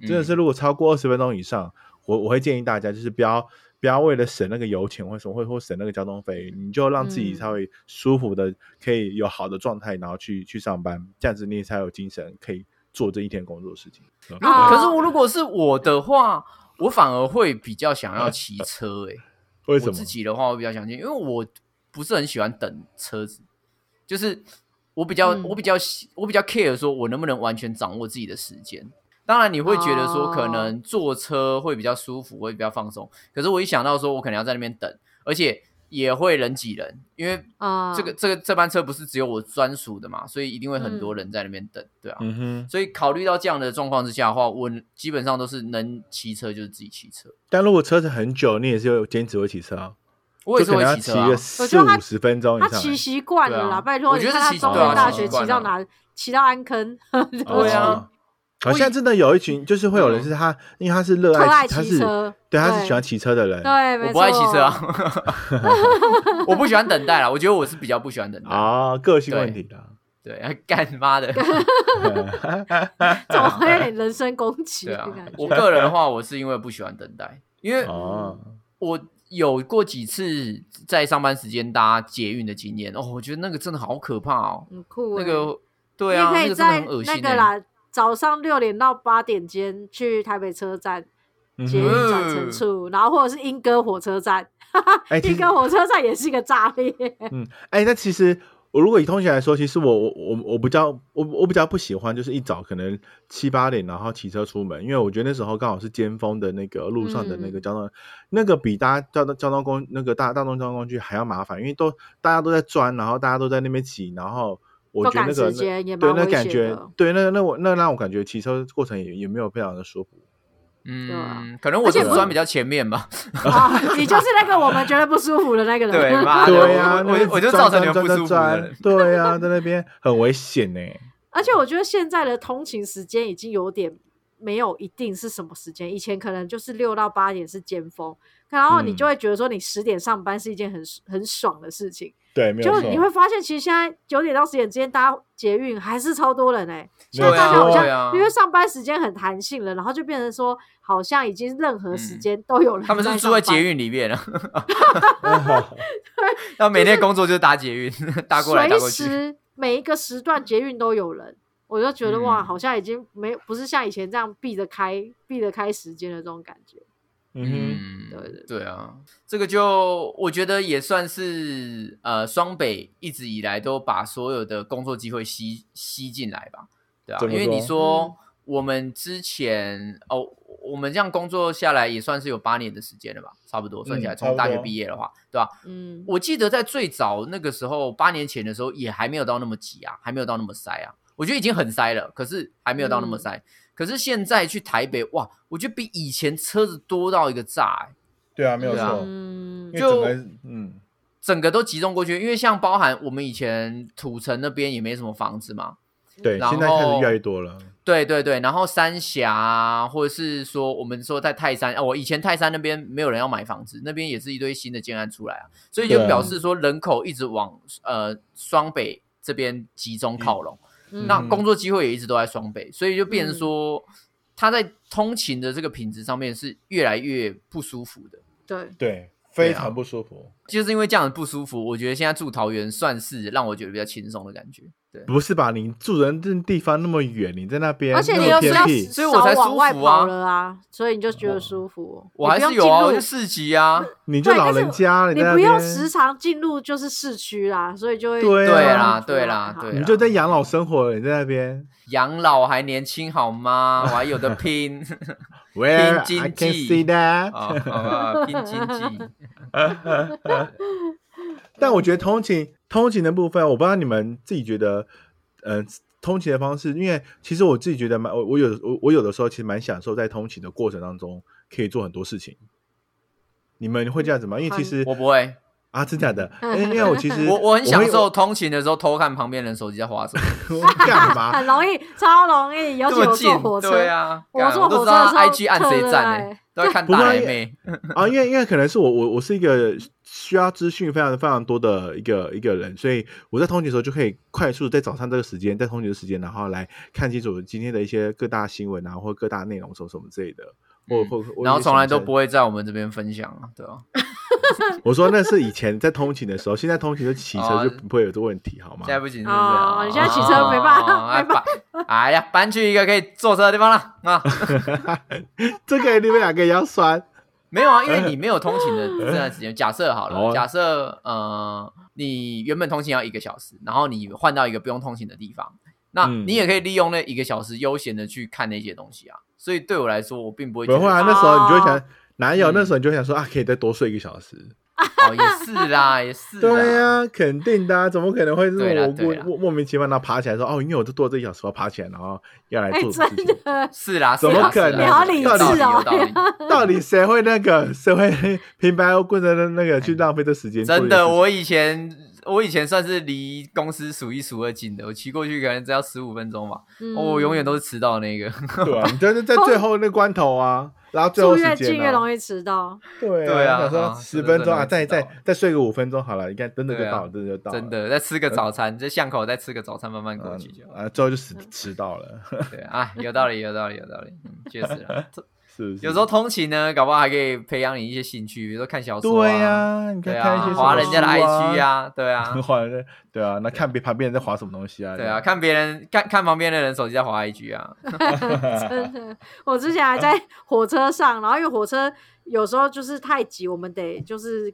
Speaker 3: 嗯
Speaker 1: 真的是，如果超过二十分钟以上，我我会建议大家就是不要不要为了省那个油钱或什么，或或省那个交通费，你就让自己
Speaker 2: 嗯
Speaker 1: 稍微舒服的，可以有好的状态，然后去去上班，这样子你才有精神可以做这一天工作的事情。嗯
Speaker 3: 如哦果可是
Speaker 2: 啊
Speaker 3: 我如果是我的话，我反而会比较想要骑车欸诶、
Speaker 1: 为什
Speaker 3: 我
Speaker 1: 么
Speaker 3: 自？己的话，我比较想去，因为我不是很喜欢等车子，就是我比较、
Speaker 2: 嗯
Speaker 3: 我比较喜我比较 care 说我能不能完全掌握自己的时间。当然你会觉得说
Speaker 2: 哦
Speaker 3: 可能坐车会比较舒服，会比较放松。可是我一想到说我可能要在那边等，而且也会人挤人，因为
Speaker 2: 啊、
Speaker 3: 嗯这个、这个这班车不是只有我专属的嘛，所以一定会很
Speaker 2: 嗯
Speaker 3: 多人在那边等，对啊。
Speaker 1: 嗯哼，
Speaker 3: 所以考虑到这样的状况之下的话，我基本上都是能骑车就是自己骑车，
Speaker 1: 但如果车程很久，你也是有坚持会骑车啊，
Speaker 3: 我也
Speaker 1: 就是可
Speaker 3: 会
Speaker 1: 能要
Speaker 3: 骑
Speaker 1: 骑
Speaker 3: 车、啊。
Speaker 1: 个
Speaker 2: 我
Speaker 1: 四
Speaker 2: 觉得他
Speaker 1: 五十分钟以
Speaker 2: 他
Speaker 1: 上。
Speaker 2: 骑习惯了
Speaker 3: 对
Speaker 2: 啦，
Speaker 3: 啊
Speaker 2: 拜托，
Speaker 3: 我
Speaker 2: 你
Speaker 3: 觉得
Speaker 2: 看
Speaker 3: 是
Speaker 2: 他
Speaker 3: 习
Speaker 2: 中
Speaker 1: 对
Speaker 2: 原
Speaker 1: 啊
Speaker 2: 大
Speaker 1: 是
Speaker 2: 学
Speaker 1: 习
Speaker 2: 骑
Speaker 3: 惯
Speaker 2: 到
Speaker 3: 了
Speaker 2: 哪，骑到安坑， [LAUGHS] 对嗯
Speaker 1: 哦
Speaker 3: 对啊，
Speaker 1: 好像真的有一群，就是会有人是他，因为他是热
Speaker 2: 特爱
Speaker 1: 爱骑，他
Speaker 2: 骑
Speaker 1: 是
Speaker 2: 车，
Speaker 1: 对，他是喜欢骑车的人。
Speaker 2: 对，没
Speaker 3: 我不
Speaker 2: 错，
Speaker 3: 爱骑车 [LAUGHS] 啊， [LAUGHS] 我不喜欢等待啦。我觉得我是比较不喜欢等待。
Speaker 1: 啊，个性问题啦。
Speaker 3: 对， [LAUGHS] 干妈的，
Speaker 2: 怎么会有点人身攻击
Speaker 3: 对
Speaker 2: 的
Speaker 3: 啊
Speaker 2: 感。
Speaker 3: 我
Speaker 2: 觉？
Speaker 3: 个人的话，我是因为不喜欢等待，因为
Speaker 1: 哦，
Speaker 3: 我有过几次在上班时间搭捷运的经验哦，我觉得那个真的好可怕哦。
Speaker 2: 很酷
Speaker 3: 那
Speaker 2: 欸，
Speaker 3: 个对啊，
Speaker 2: 你也
Speaker 3: 那
Speaker 2: 可以
Speaker 3: 个真的
Speaker 2: 在
Speaker 3: 很恶
Speaker 2: 那
Speaker 3: 心
Speaker 2: 个
Speaker 3: 欸。
Speaker 2: 啦，早上六点到八点间去台北车站
Speaker 1: 嗯
Speaker 2: 捷运
Speaker 1: 哼
Speaker 2: 转乘处，然后或者是莺歌火车站，
Speaker 1: 哎，其
Speaker 2: 莺
Speaker 1: 实
Speaker 2: 歌火车站也是一个炸裂，
Speaker 1: 嗯，哎，那其实我如果以通勤来说，其实我我我我比较我我比较不喜欢，就是一早可能七八点然后骑车出门，因为我觉得那时候刚好是尖峰的那个路上的
Speaker 2: 嗯
Speaker 1: 那个交通，那个比搭交通交通工那个大大众交通工具还要麻烦，因为都大家都在钻，然后大家都在那边骑，然后我觉得那个
Speaker 2: [LAUGHS] 都赶时间
Speaker 1: 那
Speaker 2: 也蛮
Speaker 1: 对那
Speaker 2: 危
Speaker 1: 感
Speaker 2: 险
Speaker 1: 觉
Speaker 2: 的
Speaker 1: 对那那我那让我感觉骑车过程也也没有非常的舒服。
Speaker 2: 啊
Speaker 3: 嗯，可能我
Speaker 2: 而且
Speaker 3: 是
Speaker 2: 不
Speaker 3: 钻比较前面吧。
Speaker 2: 啊，你就是那个我们觉得不舒服的那个人。
Speaker 3: 对妈的
Speaker 1: 对呀、
Speaker 3: 啊我
Speaker 1: 那
Speaker 3: 我
Speaker 1: 边
Speaker 3: 我就造
Speaker 1: 钻
Speaker 3: 成你
Speaker 1: 钻
Speaker 3: 们不舒
Speaker 1: 钻
Speaker 3: 服
Speaker 1: 钻
Speaker 3: 的人
Speaker 1: 对呀、在那边很危险呢、
Speaker 2: [LAUGHS] 而且我觉得现在的通勤时间已经有点没有一定是什么时间，以前可能就是六到八点是尖峰，然后你
Speaker 1: 嗯
Speaker 2: 就会觉得说你十点上班是一件很很爽的事情，
Speaker 1: 对，没有
Speaker 2: 就
Speaker 1: 错。
Speaker 2: 你会发现其实现在九点到十点之间搭捷运还是超多人哎、现
Speaker 1: 没有
Speaker 2: 在大家好
Speaker 1: 错
Speaker 2: 像、
Speaker 3: 对啊
Speaker 2: 因为上班时间很弹性了，然后就变成说好像已经任何时间都有人、
Speaker 3: 嗯他们是住在捷，运里面了，然后每天工作就是搭捷运， [LAUGHS] 搭过来搭
Speaker 2: 随
Speaker 3: 过去。
Speaker 2: 时每一个时段捷运都有人，我就觉得、哇，
Speaker 3: 嗯
Speaker 2: 好像已经没有不是像以前这样避着开避着开时间的这种感觉。
Speaker 1: [LAUGHS] 嗯
Speaker 2: 对对
Speaker 3: 对啊，这个就我觉得也算是呃，双北一直以来都把所有的工作机会吸吸进来吧，对啊，
Speaker 1: 怎么
Speaker 3: 因为你
Speaker 1: 说
Speaker 2: 嗯
Speaker 3: 说我们之前哦，我们这样工作下来也算是有八年的时间了吧，差不多算起来，
Speaker 1: 嗯差
Speaker 3: 从
Speaker 1: 不
Speaker 3: 大学
Speaker 1: 多
Speaker 3: 毕业的话，对吧、
Speaker 2: 嗯，
Speaker 3: 我记得在最早那个时候，八年前的时候，也还没有到那么挤啊，还没有到那么塞啊。我觉得已经很塞了，可是还没有到
Speaker 1: 嗯
Speaker 3: 那么塞。可是现在去台北，哇，我觉得比以前车子多到一个炸、欸，
Speaker 1: 对啊，没有
Speaker 3: 对啊
Speaker 1: 错。
Speaker 2: 嗯
Speaker 1: 因为
Speaker 3: 就
Speaker 1: 整个嗯，
Speaker 3: 整个都集中过去。因为像包含我们以前土城那边也没什么房子嘛，
Speaker 1: 对，
Speaker 3: 然
Speaker 1: 现在开始
Speaker 3: 后
Speaker 1: 越来越多了。
Speaker 3: 对对对，然后三峡啊，或者是说我们说在泰山，哦，我以前泰山那边没有人要买房子，那边也是一堆新的建案出来啊，所以就
Speaker 1: 对啊
Speaker 3: 表示说人口一直往呃双北这边集中靠拢，
Speaker 2: 嗯
Speaker 3: 那
Speaker 1: 嗯
Speaker 3: 工作机会也一直都在双北，所以就变成说他在通勤的这个品质上面是越来越不舒服的，
Speaker 2: 对，
Speaker 1: 对，非
Speaker 3: 对啊
Speaker 1: 常不舒服。
Speaker 3: 就是因为这样的不舒服，我觉得现在住桃园算是让我觉得比较轻松的感觉，对。
Speaker 1: 不是吧？你住人这地方那么远，你在那边，
Speaker 2: 而且你
Speaker 1: 那
Speaker 2: 又
Speaker 1: 么
Speaker 2: 是
Speaker 1: 偏
Speaker 2: 要
Speaker 1: 僻，
Speaker 3: 所以我才
Speaker 2: 少往外
Speaker 3: 舒服啊
Speaker 2: 跑了啊，所以你就觉得舒服。哦
Speaker 3: 我
Speaker 2: 你
Speaker 3: 还
Speaker 2: 不用
Speaker 3: 是有啊，
Speaker 2: 进入
Speaker 3: 我就市集
Speaker 2: [LAUGHS]
Speaker 3: 啊，
Speaker 1: 你就
Speaker 2: 对
Speaker 1: 老
Speaker 2: 但是
Speaker 1: 人家，
Speaker 2: 你
Speaker 1: 在那
Speaker 2: 不用
Speaker 1: 边，
Speaker 2: 时常进入就是市区啦，所以就会
Speaker 1: 对啊
Speaker 3: 对啦，对啦，
Speaker 2: 好
Speaker 3: 对啦，啊
Speaker 1: 你就在养老生活了，你在那边。
Speaker 3: 养老还年轻好吗？我还有的
Speaker 2: [LAUGHS]
Speaker 3: 拼
Speaker 1: Where I
Speaker 3: 经
Speaker 1: can
Speaker 3: 济
Speaker 1: see
Speaker 3: 啊，
Speaker 1: that，、
Speaker 3: 好吧，拼经
Speaker 2: [LAUGHS]
Speaker 3: 济。
Speaker 1: 但我觉得通勤通勤的部分，我不知道你们自己觉得，嗯、通勤的方式，因为其实我自己觉得蛮，我我有我我有的时候其实蛮享受在通勤的过程当中可以做很多事情。你们会这样子吗？因为其实
Speaker 3: 我不会，
Speaker 1: 啊，真假的，因为因为我其实
Speaker 3: 我我很享
Speaker 1: 会
Speaker 3: 受通勤的时候偷看旁边人手机在滑什么，
Speaker 1: 我干嘛？
Speaker 2: 很容易，超容易，尤
Speaker 3: 这
Speaker 2: 其我
Speaker 3: 么近
Speaker 2: 坐火，车，
Speaker 3: 对啊，
Speaker 2: 我
Speaker 3: 干
Speaker 2: 坐火
Speaker 3: 都
Speaker 2: 车
Speaker 3: 知道
Speaker 2: 的时候
Speaker 3: IG 按谁站
Speaker 2: 特
Speaker 3: 呢
Speaker 2: 爱？
Speaker 3: 都会看
Speaker 1: 不是
Speaker 3: 大
Speaker 1: 啊
Speaker 3: 奶妹， [LAUGHS]
Speaker 1: 啊，因为因为可能是我我我是一个需要资讯非常非常多的一个一个人，所以我在通勤的时候就可以快速在早上这个时间，在通勤的时间，然后来看清楚今天的一些各大新闻啊，或各大内容什么什么之类的。我
Speaker 3: 嗯
Speaker 1: 或或
Speaker 3: 然后从来都不
Speaker 1: 会。
Speaker 3: 会在我们这边分享啊，对吧？
Speaker 1: 我说那是以前在通勤的时候，现在通勤就骑车就不会有这个问题，好吗
Speaker 3: 哦现？在不行，是不是？
Speaker 2: 哦你现在骑车没办法
Speaker 3: 哦哎
Speaker 2: 没办
Speaker 3: 搬哎呀，搬去一个可以坐车的地方了啊！
Speaker 1: [LAUGHS] 这个你们两个也要酸，
Speaker 3: 没有啊，因为你没有通勤的这段时间。假设好
Speaker 1: 好
Speaker 3: 了，
Speaker 1: 啊
Speaker 3: 假设呃，你原本通勤要一个小时，然后你换到一个不用通勤的地方，那
Speaker 1: 嗯
Speaker 3: 你也可以利用那一个小时悠闲的去看那些东西啊。所以对我来说，我并不会觉
Speaker 1: 不
Speaker 3: 得
Speaker 1: 会啊，
Speaker 3: 哦
Speaker 1: 那时候你就会想
Speaker 2: 哦，
Speaker 1: 哪
Speaker 3: 嗯
Speaker 1: 有？那时候你就会想说啊，可以再多睡一个小时。
Speaker 3: 哦也是啦，也是啦
Speaker 1: 对啊，肯定的、啊，怎么可能会是
Speaker 3: 对啦
Speaker 1: 我
Speaker 3: 对啦
Speaker 1: 莫莫莫名其妙的爬起来说哦，因为我就做这一小时，我要爬起来，然后要来
Speaker 2: 哎，
Speaker 1: 做什么
Speaker 2: 真
Speaker 1: 事情？
Speaker 2: 的，
Speaker 3: 是啦，
Speaker 1: 怎
Speaker 3: 是啦
Speaker 1: 么可能
Speaker 3: 是啦
Speaker 2: 你
Speaker 3: 有
Speaker 2: 好理
Speaker 3: 道理
Speaker 2: 智哦
Speaker 3: 有道理。
Speaker 1: 到底谁会那个？谁会平白无故的那个去浪费这时间做这
Speaker 3: 真
Speaker 1: 些事情？
Speaker 3: 的，我以前我以前算是离公司数一数二近的，我骑过去可能只要十五分钟吧。
Speaker 2: 嗯
Speaker 3: 哦，我永远都是迟到的那个。
Speaker 1: 对
Speaker 3: [LAUGHS]
Speaker 1: 啊，你就是在最后那关头啊，然后最后
Speaker 2: 住
Speaker 1: 时
Speaker 2: 越近
Speaker 1: 间
Speaker 2: 越
Speaker 1: 啊，
Speaker 2: 容易
Speaker 3: [LAUGHS]
Speaker 2: 迟到。
Speaker 1: 对
Speaker 3: 对啊
Speaker 1: 想说
Speaker 3: 啊
Speaker 1: 十
Speaker 3: 真的
Speaker 1: 分钟啊，
Speaker 3: 真的
Speaker 1: 再再
Speaker 3: 迟到
Speaker 1: 再睡个五分钟好了，你看真的就
Speaker 3: 对啊
Speaker 1: 到了，真的就到了，
Speaker 3: 真的，再吃个早餐，在巷口再吃个早餐，慢慢过去就
Speaker 1: 嗯
Speaker 3: 好。
Speaker 1: 啊，最后就迟迟到了， [LAUGHS]
Speaker 3: 对啊，有道理，有道理，有道理，嗯，确实啦。
Speaker 1: 嗯是不是？
Speaker 3: 有时候通勤呢，搞不好还可以培养你一些兴趣，比如说看小说、
Speaker 1: 对
Speaker 3: 啊，
Speaker 1: 呀，你看
Speaker 3: 对
Speaker 1: 看一些
Speaker 3: 啊，
Speaker 1: 什
Speaker 3: 划
Speaker 1: 么
Speaker 3: 人家的
Speaker 1: 书
Speaker 3: IG 啊，对啊，
Speaker 1: [LAUGHS] 划人家对啊，那看别旁边人在划什么东西啊？
Speaker 3: 对啊，看别人看看旁边的人手机在划 IG 啊， [LAUGHS]
Speaker 2: 真的，我之前还在火车上，然后因为火车有时候就是太挤，我们得就是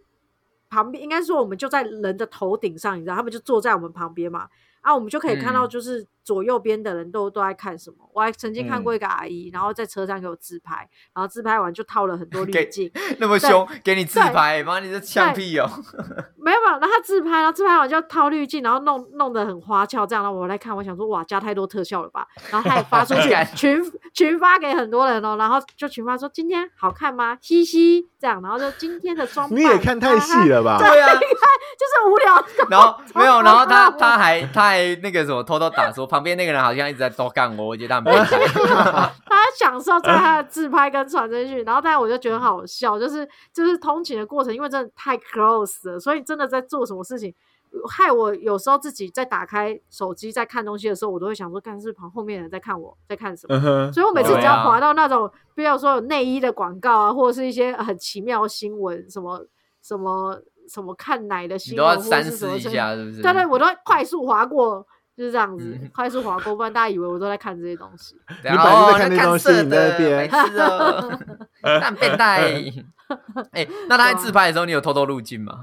Speaker 2: 旁边，应该说我们就在人的头顶上，你知道，他们就坐在我们旁边嘛。啊，我们就可以看到，
Speaker 3: 嗯
Speaker 2: 就是左右边的人都、都在看什么。我还曾经看
Speaker 3: 嗯
Speaker 2: 过一个阿姨，然后在车上给我自拍，然后自拍完就套了很多滤
Speaker 3: 给
Speaker 2: 镜，
Speaker 3: 那么
Speaker 2: 对
Speaker 3: 凶，给你自
Speaker 2: 对
Speaker 3: 拍，妈你这呛屁哦！
Speaker 2: 没有，然后他自拍，然后自拍完就要套滤镜，然后弄弄得很花俏，这样。然后我来看，我想说，哇，加太多特效了吧？ [LAUGHS] 然后他也发出
Speaker 3: [LAUGHS]
Speaker 2: 去
Speaker 3: 干
Speaker 2: 群群发给很多人哦，然后就群发说今天好看吗？嘻嘻，这样，然后就今天的装扮，
Speaker 1: 你也看太细
Speaker 2: 了，
Speaker 1: 了
Speaker 2: [LAUGHS]
Speaker 3: [LAUGHS]
Speaker 1: 吧？
Speaker 3: 对啊，
Speaker 2: 就是无聊。
Speaker 3: 然后没有，然后他
Speaker 2: [LAUGHS] 超可怕
Speaker 3: 他还他还那个什么偷偷打说，旁边那个人好像一直在偷看我，我觉得他很变
Speaker 2: [LAUGHS]
Speaker 3: 态。
Speaker 2: 他享受在他的自拍跟传真讯，然后但我就觉得很好笑，就是就是通勤的过程，因为真的太 close 了，所以真的在做什么事情，害我有时候自己在打开手机在看东西的时候，我都会想说，看是不是旁后面的人在看我在看什么。
Speaker 1: 嗯哼，
Speaker 2: 所以我每次只
Speaker 3: 对
Speaker 2: 要
Speaker 3: 啊
Speaker 2: 滑到那种，比如说有内衣的广告啊，或者是一些很奇妙的新闻，什么什么什么看奶的
Speaker 3: 你
Speaker 2: 新
Speaker 3: 都
Speaker 2: 闻，
Speaker 3: 要
Speaker 2: 或者
Speaker 3: 三
Speaker 2: 是什
Speaker 3: 思
Speaker 2: 么
Speaker 3: 一
Speaker 2: 什么
Speaker 3: 下，是不是？
Speaker 2: 对对，我都会快速划过，就是这样子，
Speaker 3: 嗯 [LAUGHS]
Speaker 2: 快速划过，不然大家以为我都在看这些东西。
Speaker 3: 等下
Speaker 1: 你
Speaker 3: 哦
Speaker 1: 本来就在看那
Speaker 3: 那
Speaker 1: 东西
Speaker 3: 色
Speaker 1: 你在那
Speaker 3: 的
Speaker 1: 边
Speaker 3: 白痴哦，那变态。哎，那他在自拍的时候，你有偷偷入镜吗？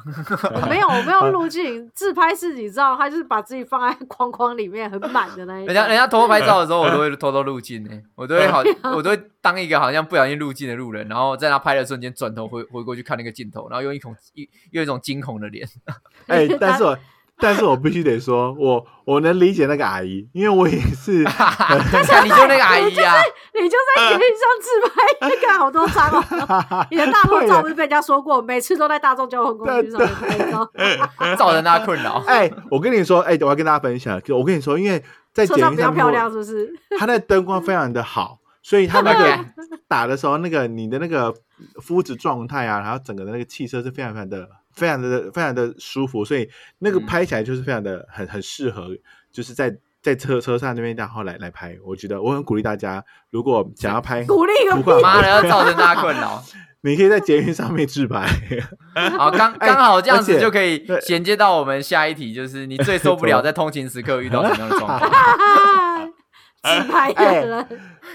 Speaker 2: 我 [LAUGHS] 没有，我没
Speaker 3: 啊
Speaker 2: 有入镜，自拍是你知道，他就是把自己放在框框里面，很满的那一种。
Speaker 3: 人家人家偷偷拍照的时候，我都会偷偷入镜哎，我都会
Speaker 2: [LAUGHS]
Speaker 3: 好，我都会当一个好像不小心入镜的路人，然后在他拍的瞬间转头回回过去看那个镜头，然后用一孔一用一种惊恐的脸。 [LAUGHS]
Speaker 1: 哎、但是我但是我必须得说，我我能理解那个阿姨，因为我也是
Speaker 3: 哈哈哈你就那个阿姨啊，
Speaker 2: 你就在捷运上自拍，你看好多张
Speaker 3: [LAUGHS]
Speaker 2: 哦。 [LAUGHS] 你的大
Speaker 1: [LAUGHS]
Speaker 2: 头照不是被人家说过，每次都在大众交通工具上面拍
Speaker 3: [LAUGHS]
Speaker 2: 照，
Speaker 3: 造成大家困扰。
Speaker 1: 哎、我跟你说，哎、我要跟大家分享，就我跟你说，因为在
Speaker 2: 车
Speaker 1: 捷
Speaker 2: 上
Speaker 1: 运
Speaker 2: 比较
Speaker 1: 上
Speaker 2: 漂
Speaker 1: 面
Speaker 2: 亮，，是不是？
Speaker 1: 它的灯光非常的好，所以它那
Speaker 3: OK
Speaker 1: 个打的时候，那个你的那个肤质状态啊，然后整个的那个气色是非常非常的、非常的、非常的舒服，所以那个
Speaker 3: 嗯
Speaker 1: 拍起来就是非常的很很适合，就是在在车车上那边然后来来拍。我觉得我很鼓励大家，如果想要拍，
Speaker 2: 鼓励个
Speaker 1: 不
Speaker 2: 屁！
Speaker 3: [LAUGHS]
Speaker 1: 管
Speaker 3: 妈的，要造成大家困
Speaker 1: [LAUGHS]
Speaker 3: 扰。
Speaker 1: 你可以在捷运上面自拍。
Speaker 3: 好，刚
Speaker 1: 哎
Speaker 3: 刚好这样
Speaker 1: 而
Speaker 3: 子
Speaker 1: 且
Speaker 3: 就可以
Speaker 1: 对
Speaker 3: 衔接到我们下一题，就是你最受不
Speaker 1: 怎
Speaker 3: 了
Speaker 1: 么 [LAUGHS]
Speaker 3: 在通勤时刻遇到什么样的状况？
Speaker 2: 啊自拍的人，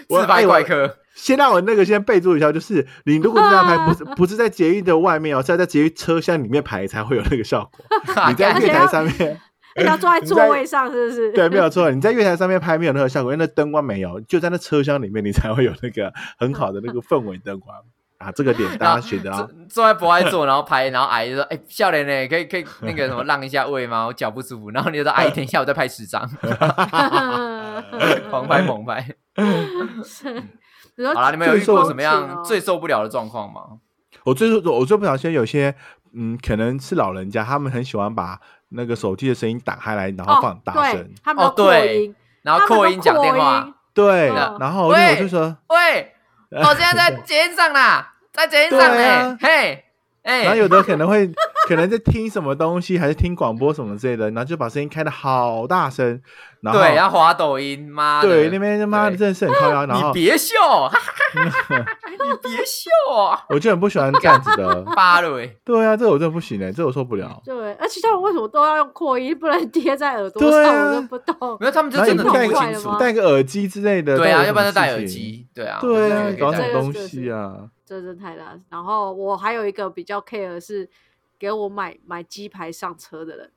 Speaker 1: 我
Speaker 3: 自拍
Speaker 1: 哎
Speaker 3: 怪
Speaker 1: 我
Speaker 3: 客，
Speaker 1: 先让我那个先备注一下，就是你如果是要拍，不是不是在捷运的外面哦，是要在捷运车厢里面排才会有那个效果。 [LAUGHS]
Speaker 3: 啊 [LAUGHS]
Speaker 1: 你在
Speaker 2: 而
Speaker 1: 月
Speaker 2: 且
Speaker 1: 台
Speaker 2: 要
Speaker 1: 上面，
Speaker 2: 人家坐在座位上，是不是？ [LAUGHS]
Speaker 1: 对，没有错，你在月台上面拍没有那个效果，因为那灯光没有，就在那车厢里面你才会有那个很好的那个氛围灯光啊。这个点大家学
Speaker 3: [LAUGHS]
Speaker 1: 得到
Speaker 3: 坐，坐在博爱座，然后拍，然后阿姨就说：“哎、笑脸呢，可以可以那个什么让一下位吗？我脚不舒服。”然后你就说：“阿姨，等一下，我再拍十
Speaker 1: [LAUGHS]
Speaker 3: 张，狂拍猛拍。
Speaker 2: 你说”
Speaker 3: 好啦，你们有遇过什么样最
Speaker 2: 最
Speaker 3: 受不了的状况吗？
Speaker 1: 我最我最不小心有些嗯，可能是老人家，他们很喜欢把那个手机的声音打开来，然后放大声，，
Speaker 2: 哦他们
Speaker 3: 哦
Speaker 2: 要扩
Speaker 3: 对
Speaker 2: 音，
Speaker 3: 然后
Speaker 2: 他们
Speaker 3: 扩
Speaker 2: 都
Speaker 3: 音讲电话，
Speaker 1: 对，
Speaker 2: 嗯
Speaker 1: 然后我就我就说，
Speaker 3: 喂，我现在在捷运上啦，在捷运上
Speaker 1: 对
Speaker 3: 呢
Speaker 1: 啊，
Speaker 3: 嘿，哎、
Speaker 1: 然后有的可能会可能在听什么东西，还是听广播什么之类的，然后就把声音开的好大声，然后
Speaker 3: 对，然后滑抖音，妈的，
Speaker 1: 对那边他妈的
Speaker 3: 对
Speaker 1: 真的是很夸张，然
Speaker 3: 你
Speaker 1: 后
Speaker 3: 别笑，哈哈 [LAUGHS] 哈哈哈你别笑啊，。
Speaker 1: 我就很不喜欢这样子的
Speaker 3: 巴瑞，
Speaker 1: 对啊，这我真的不行哎、这我受不了。
Speaker 2: 对，而且他们为什么都要用扩音，不能贴在耳朵
Speaker 1: 对
Speaker 2: 上？
Speaker 1: 啊
Speaker 2: 我都不懂。
Speaker 3: 没有，他们就
Speaker 1: 然后
Speaker 3: 真
Speaker 1: 你
Speaker 3: 的
Speaker 1: 不
Speaker 3: 听
Speaker 1: 戴
Speaker 3: 不
Speaker 2: 坏
Speaker 3: 清
Speaker 2: 了
Speaker 3: 楚
Speaker 2: 吗。
Speaker 1: 戴个耳机之类的，
Speaker 3: 对啊，
Speaker 1: 到底有什么
Speaker 3: 要不然就戴
Speaker 1: 事
Speaker 3: 耳
Speaker 1: 情。
Speaker 3: 机。对啊，我就
Speaker 1: 对
Speaker 3: 觉
Speaker 1: 啊
Speaker 3: 得，可以
Speaker 1: 搞
Speaker 3: 戴耳
Speaker 1: 什么
Speaker 2: 这个
Speaker 1: 东
Speaker 2: 是
Speaker 1: 西啊？ [LAUGHS]
Speaker 2: 这真太难。然后我还有一个比较 care 的是给我买买鸡排上车的人，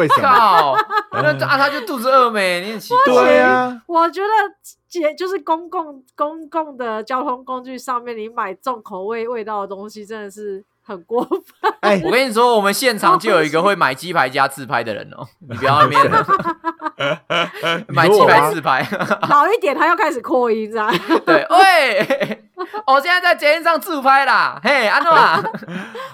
Speaker 1: 为什
Speaker 3: 机
Speaker 1: 么？
Speaker 3: 靠，那就啊，他就肚子饿没？你很奇怪。
Speaker 1: 对啊，
Speaker 2: 我觉得姐就是公共公共的交通工具上面，你买重口味味道的东西，真的是很
Speaker 1: [LAUGHS]
Speaker 2: 过分。
Speaker 1: 哎，
Speaker 3: 我跟你说，我们现场就有一个会买鸡排加自拍的人哦， [LAUGHS] 你不要那边买鸡排自拍， [LAUGHS]
Speaker 2: 老一点，他又开始扩音，这样
Speaker 3: 对，喂，我现在在捷运上自拍啦，嘿，安诺啊，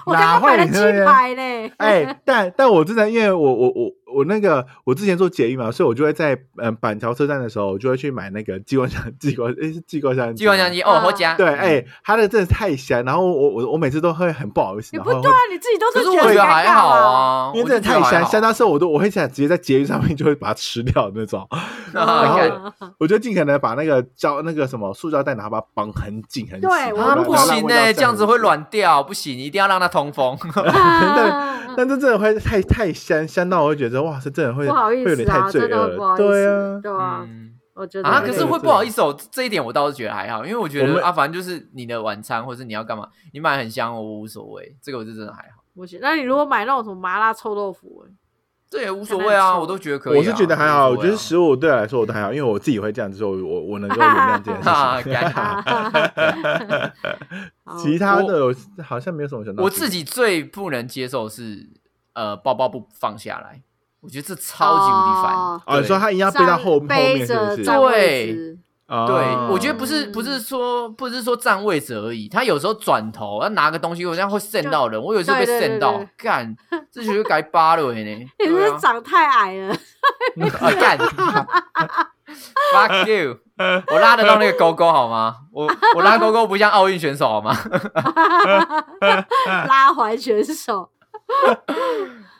Speaker 2: 我刚刚买了鸡
Speaker 1: 哪
Speaker 2: 排嘞。
Speaker 1: 哎，但但我之前因为我我我我那个我之前做捷运嘛，所以我就会在嗯板桥车站的时候，我就会去买那个激光相激光哎是激光相机
Speaker 3: 激光相机哦，好加，
Speaker 1: 对，哎、他那个真的太香，然后我我我每次都会很不好意思，
Speaker 2: 也
Speaker 1: 然
Speaker 2: 不
Speaker 1: 后
Speaker 2: 对
Speaker 1: 会
Speaker 2: 啊，你自己都
Speaker 3: 可是
Speaker 2: 觉
Speaker 3: 我觉
Speaker 2: 得很
Speaker 3: 得
Speaker 2: 尴
Speaker 3: 还
Speaker 2: 尬
Speaker 3: 好
Speaker 2: 啊。
Speaker 3: 啊，
Speaker 1: 因为真的太香，香到时候我都我会想直接在捷运上面就会把它吃掉那种，
Speaker 3: [LAUGHS] 然
Speaker 1: 后
Speaker 2: 嗯
Speaker 1: 我就尽可能把那个胶那个什么塑胶袋，然后把它绑很紧很紧， [LAUGHS]
Speaker 2: 对我
Speaker 1: 然
Speaker 3: 啊，
Speaker 1: 后
Speaker 2: 们
Speaker 3: 不
Speaker 1: 让
Speaker 3: 行
Speaker 1: 味
Speaker 3: 呢，
Speaker 1: 道
Speaker 3: 这样子会
Speaker 1: 散出去。
Speaker 3: 软掉，不行，一定要让它通风。 [LAUGHS]
Speaker 2: [LAUGHS]
Speaker 1: [LAUGHS]
Speaker 2: 啊
Speaker 1: 但这真的会太太香，香到我会觉得哇，这真的会
Speaker 2: 不好意
Speaker 1: 会有点
Speaker 2: 思啊，
Speaker 1: 太罪
Speaker 2: 真的
Speaker 1: 恶
Speaker 2: 很不好
Speaker 1: 了，
Speaker 2: 意思，
Speaker 1: 对啊，
Speaker 2: 对啊，
Speaker 3: 嗯
Speaker 2: 我觉得
Speaker 3: 啊，
Speaker 1: 对
Speaker 3: 可
Speaker 1: 对
Speaker 3: 是会
Speaker 1: 对
Speaker 3: 不好意思哦，这一点我倒是觉得还好，因为我觉
Speaker 1: 我
Speaker 3: 得
Speaker 1: 们
Speaker 3: 哦啊，反正就是你的晚餐或是你要干嘛，你买很香，我无所谓，这个我是真的还好。
Speaker 2: 不行。那你如果买那种什么麻辣臭豆腐，
Speaker 3: 这也无所谓啊，我都觉得可以啊。
Speaker 1: 我是觉得还好，
Speaker 3: 无
Speaker 1: 我
Speaker 3: 所
Speaker 1: 觉
Speaker 3: 谓啊
Speaker 1: 得
Speaker 3: [LAUGHS]
Speaker 1: 食物对我来说我都还好，因为我自己会这样子说，我我能够原谅这件
Speaker 3: 啊
Speaker 1: 事 [LAUGHS]
Speaker 3: 干
Speaker 2: 哈哈哈哈好
Speaker 1: 情。其他的我好像没有什么想到。
Speaker 3: 我自己最不能接受是呃包包不放下来，我觉得这超级无敌烦。
Speaker 2: 哦
Speaker 1: 哦，你
Speaker 3: 对
Speaker 1: 说他一定要背到后后面
Speaker 2: 背
Speaker 1: 是不
Speaker 2: 着
Speaker 1: 是？
Speaker 2: 占位置
Speaker 1: 哦
Speaker 3: 对，我觉得不是
Speaker 2: 嗯
Speaker 3: 不是说不是说占位置而已，他有时候转头要拿个东西，我这样会渗到人，我有时候被
Speaker 2: 对对
Speaker 3: 渗
Speaker 2: 对
Speaker 3: 到
Speaker 2: 对，
Speaker 3: 干，这就是该扒了
Speaker 2: [LAUGHS]
Speaker 3: 呢。
Speaker 2: 你是不
Speaker 3: 对
Speaker 2: 是
Speaker 3: 啊
Speaker 2: 长太矮
Speaker 1: [LAUGHS]
Speaker 2: 了，
Speaker 3: 啊
Speaker 2: [LAUGHS]
Speaker 3: 干，fuck you！我拉得到那个勾勾好吗？我我拉勾勾不像奥运选手好吗？ [LAUGHS]
Speaker 1: 啊
Speaker 2: [LAUGHS] 拉环
Speaker 3: [LAUGHS]
Speaker 2: 选手？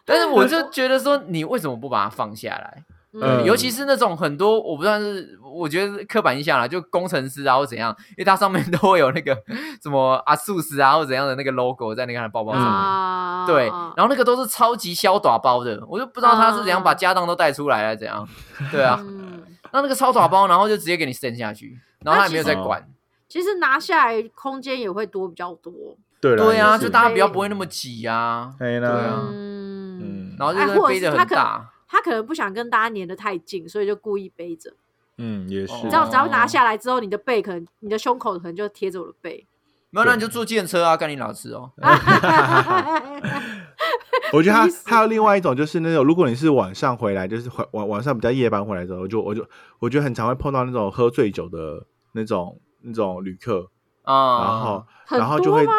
Speaker 3: 但是我就觉得说，你为什么不把它放下来？
Speaker 1: 嗯
Speaker 3: 尤其是那种很多我不算是，我觉得是刻板印象啦，就工程师啊或怎样，因为它上面都会有那个什么阿素斯啊或怎样的那个 logo 在那个它的包包上面。
Speaker 2: 啊，
Speaker 3: 对，然后那个都是超级小短包的，我就不知道他是怎样把家当都带出来了，怎样？对啊，
Speaker 2: 嗯，
Speaker 3: 那那个超短包，然后就直接给你渗下去，然后他也没有在管。
Speaker 1: 哦
Speaker 2: 其实拿下来空间也会多比较多，
Speaker 1: 对啦
Speaker 3: 对啊，
Speaker 1: 也是
Speaker 3: 就大家比较不会那么挤啊，
Speaker 1: 哎
Speaker 3: 对啊
Speaker 1: 啦，
Speaker 2: 嗯
Speaker 1: 嗯，
Speaker 3: 然后就
Speaker 2: 哎
Speaker 3: 是
Speaker 2: 或者
Speaker 3: 背
Speaker 2: 是
Speaker 3: 的
Speaker 2: 他
Speaker 3: 很
Speaker 2: 可
Speaker 3: 大。
Speaker 2: 他可能不想跟大家粘得太近，所以就故意背着。
Speaker 1: 嗯，也是
Speaker 3: 哦
Speaker 2: 这样只要拿下来之后，你的背可能，你的胸口可能就贴着我的背。
Speaker 3: 没有，那你就坐电车啊，干你老师哦。
Speaker 1: 嗯 [LAUGHS] 我觉得还
Speaker 2: 逼死
Speaker 1: 还有另外一种就是那种，如果你是晚上回来，就是回晚晚上比较夜班回来之后，我就我就我觉得很常会碰到那种喝醉酒的那种那种旅客，
Speaker 3: 啊，
Speaker 1: 然后
Speaker 2: [LAUGHS] 很
Speaker 1: 然后就
Speaker 2: 多
Speaker 1: 会
Speaker 2: 吗？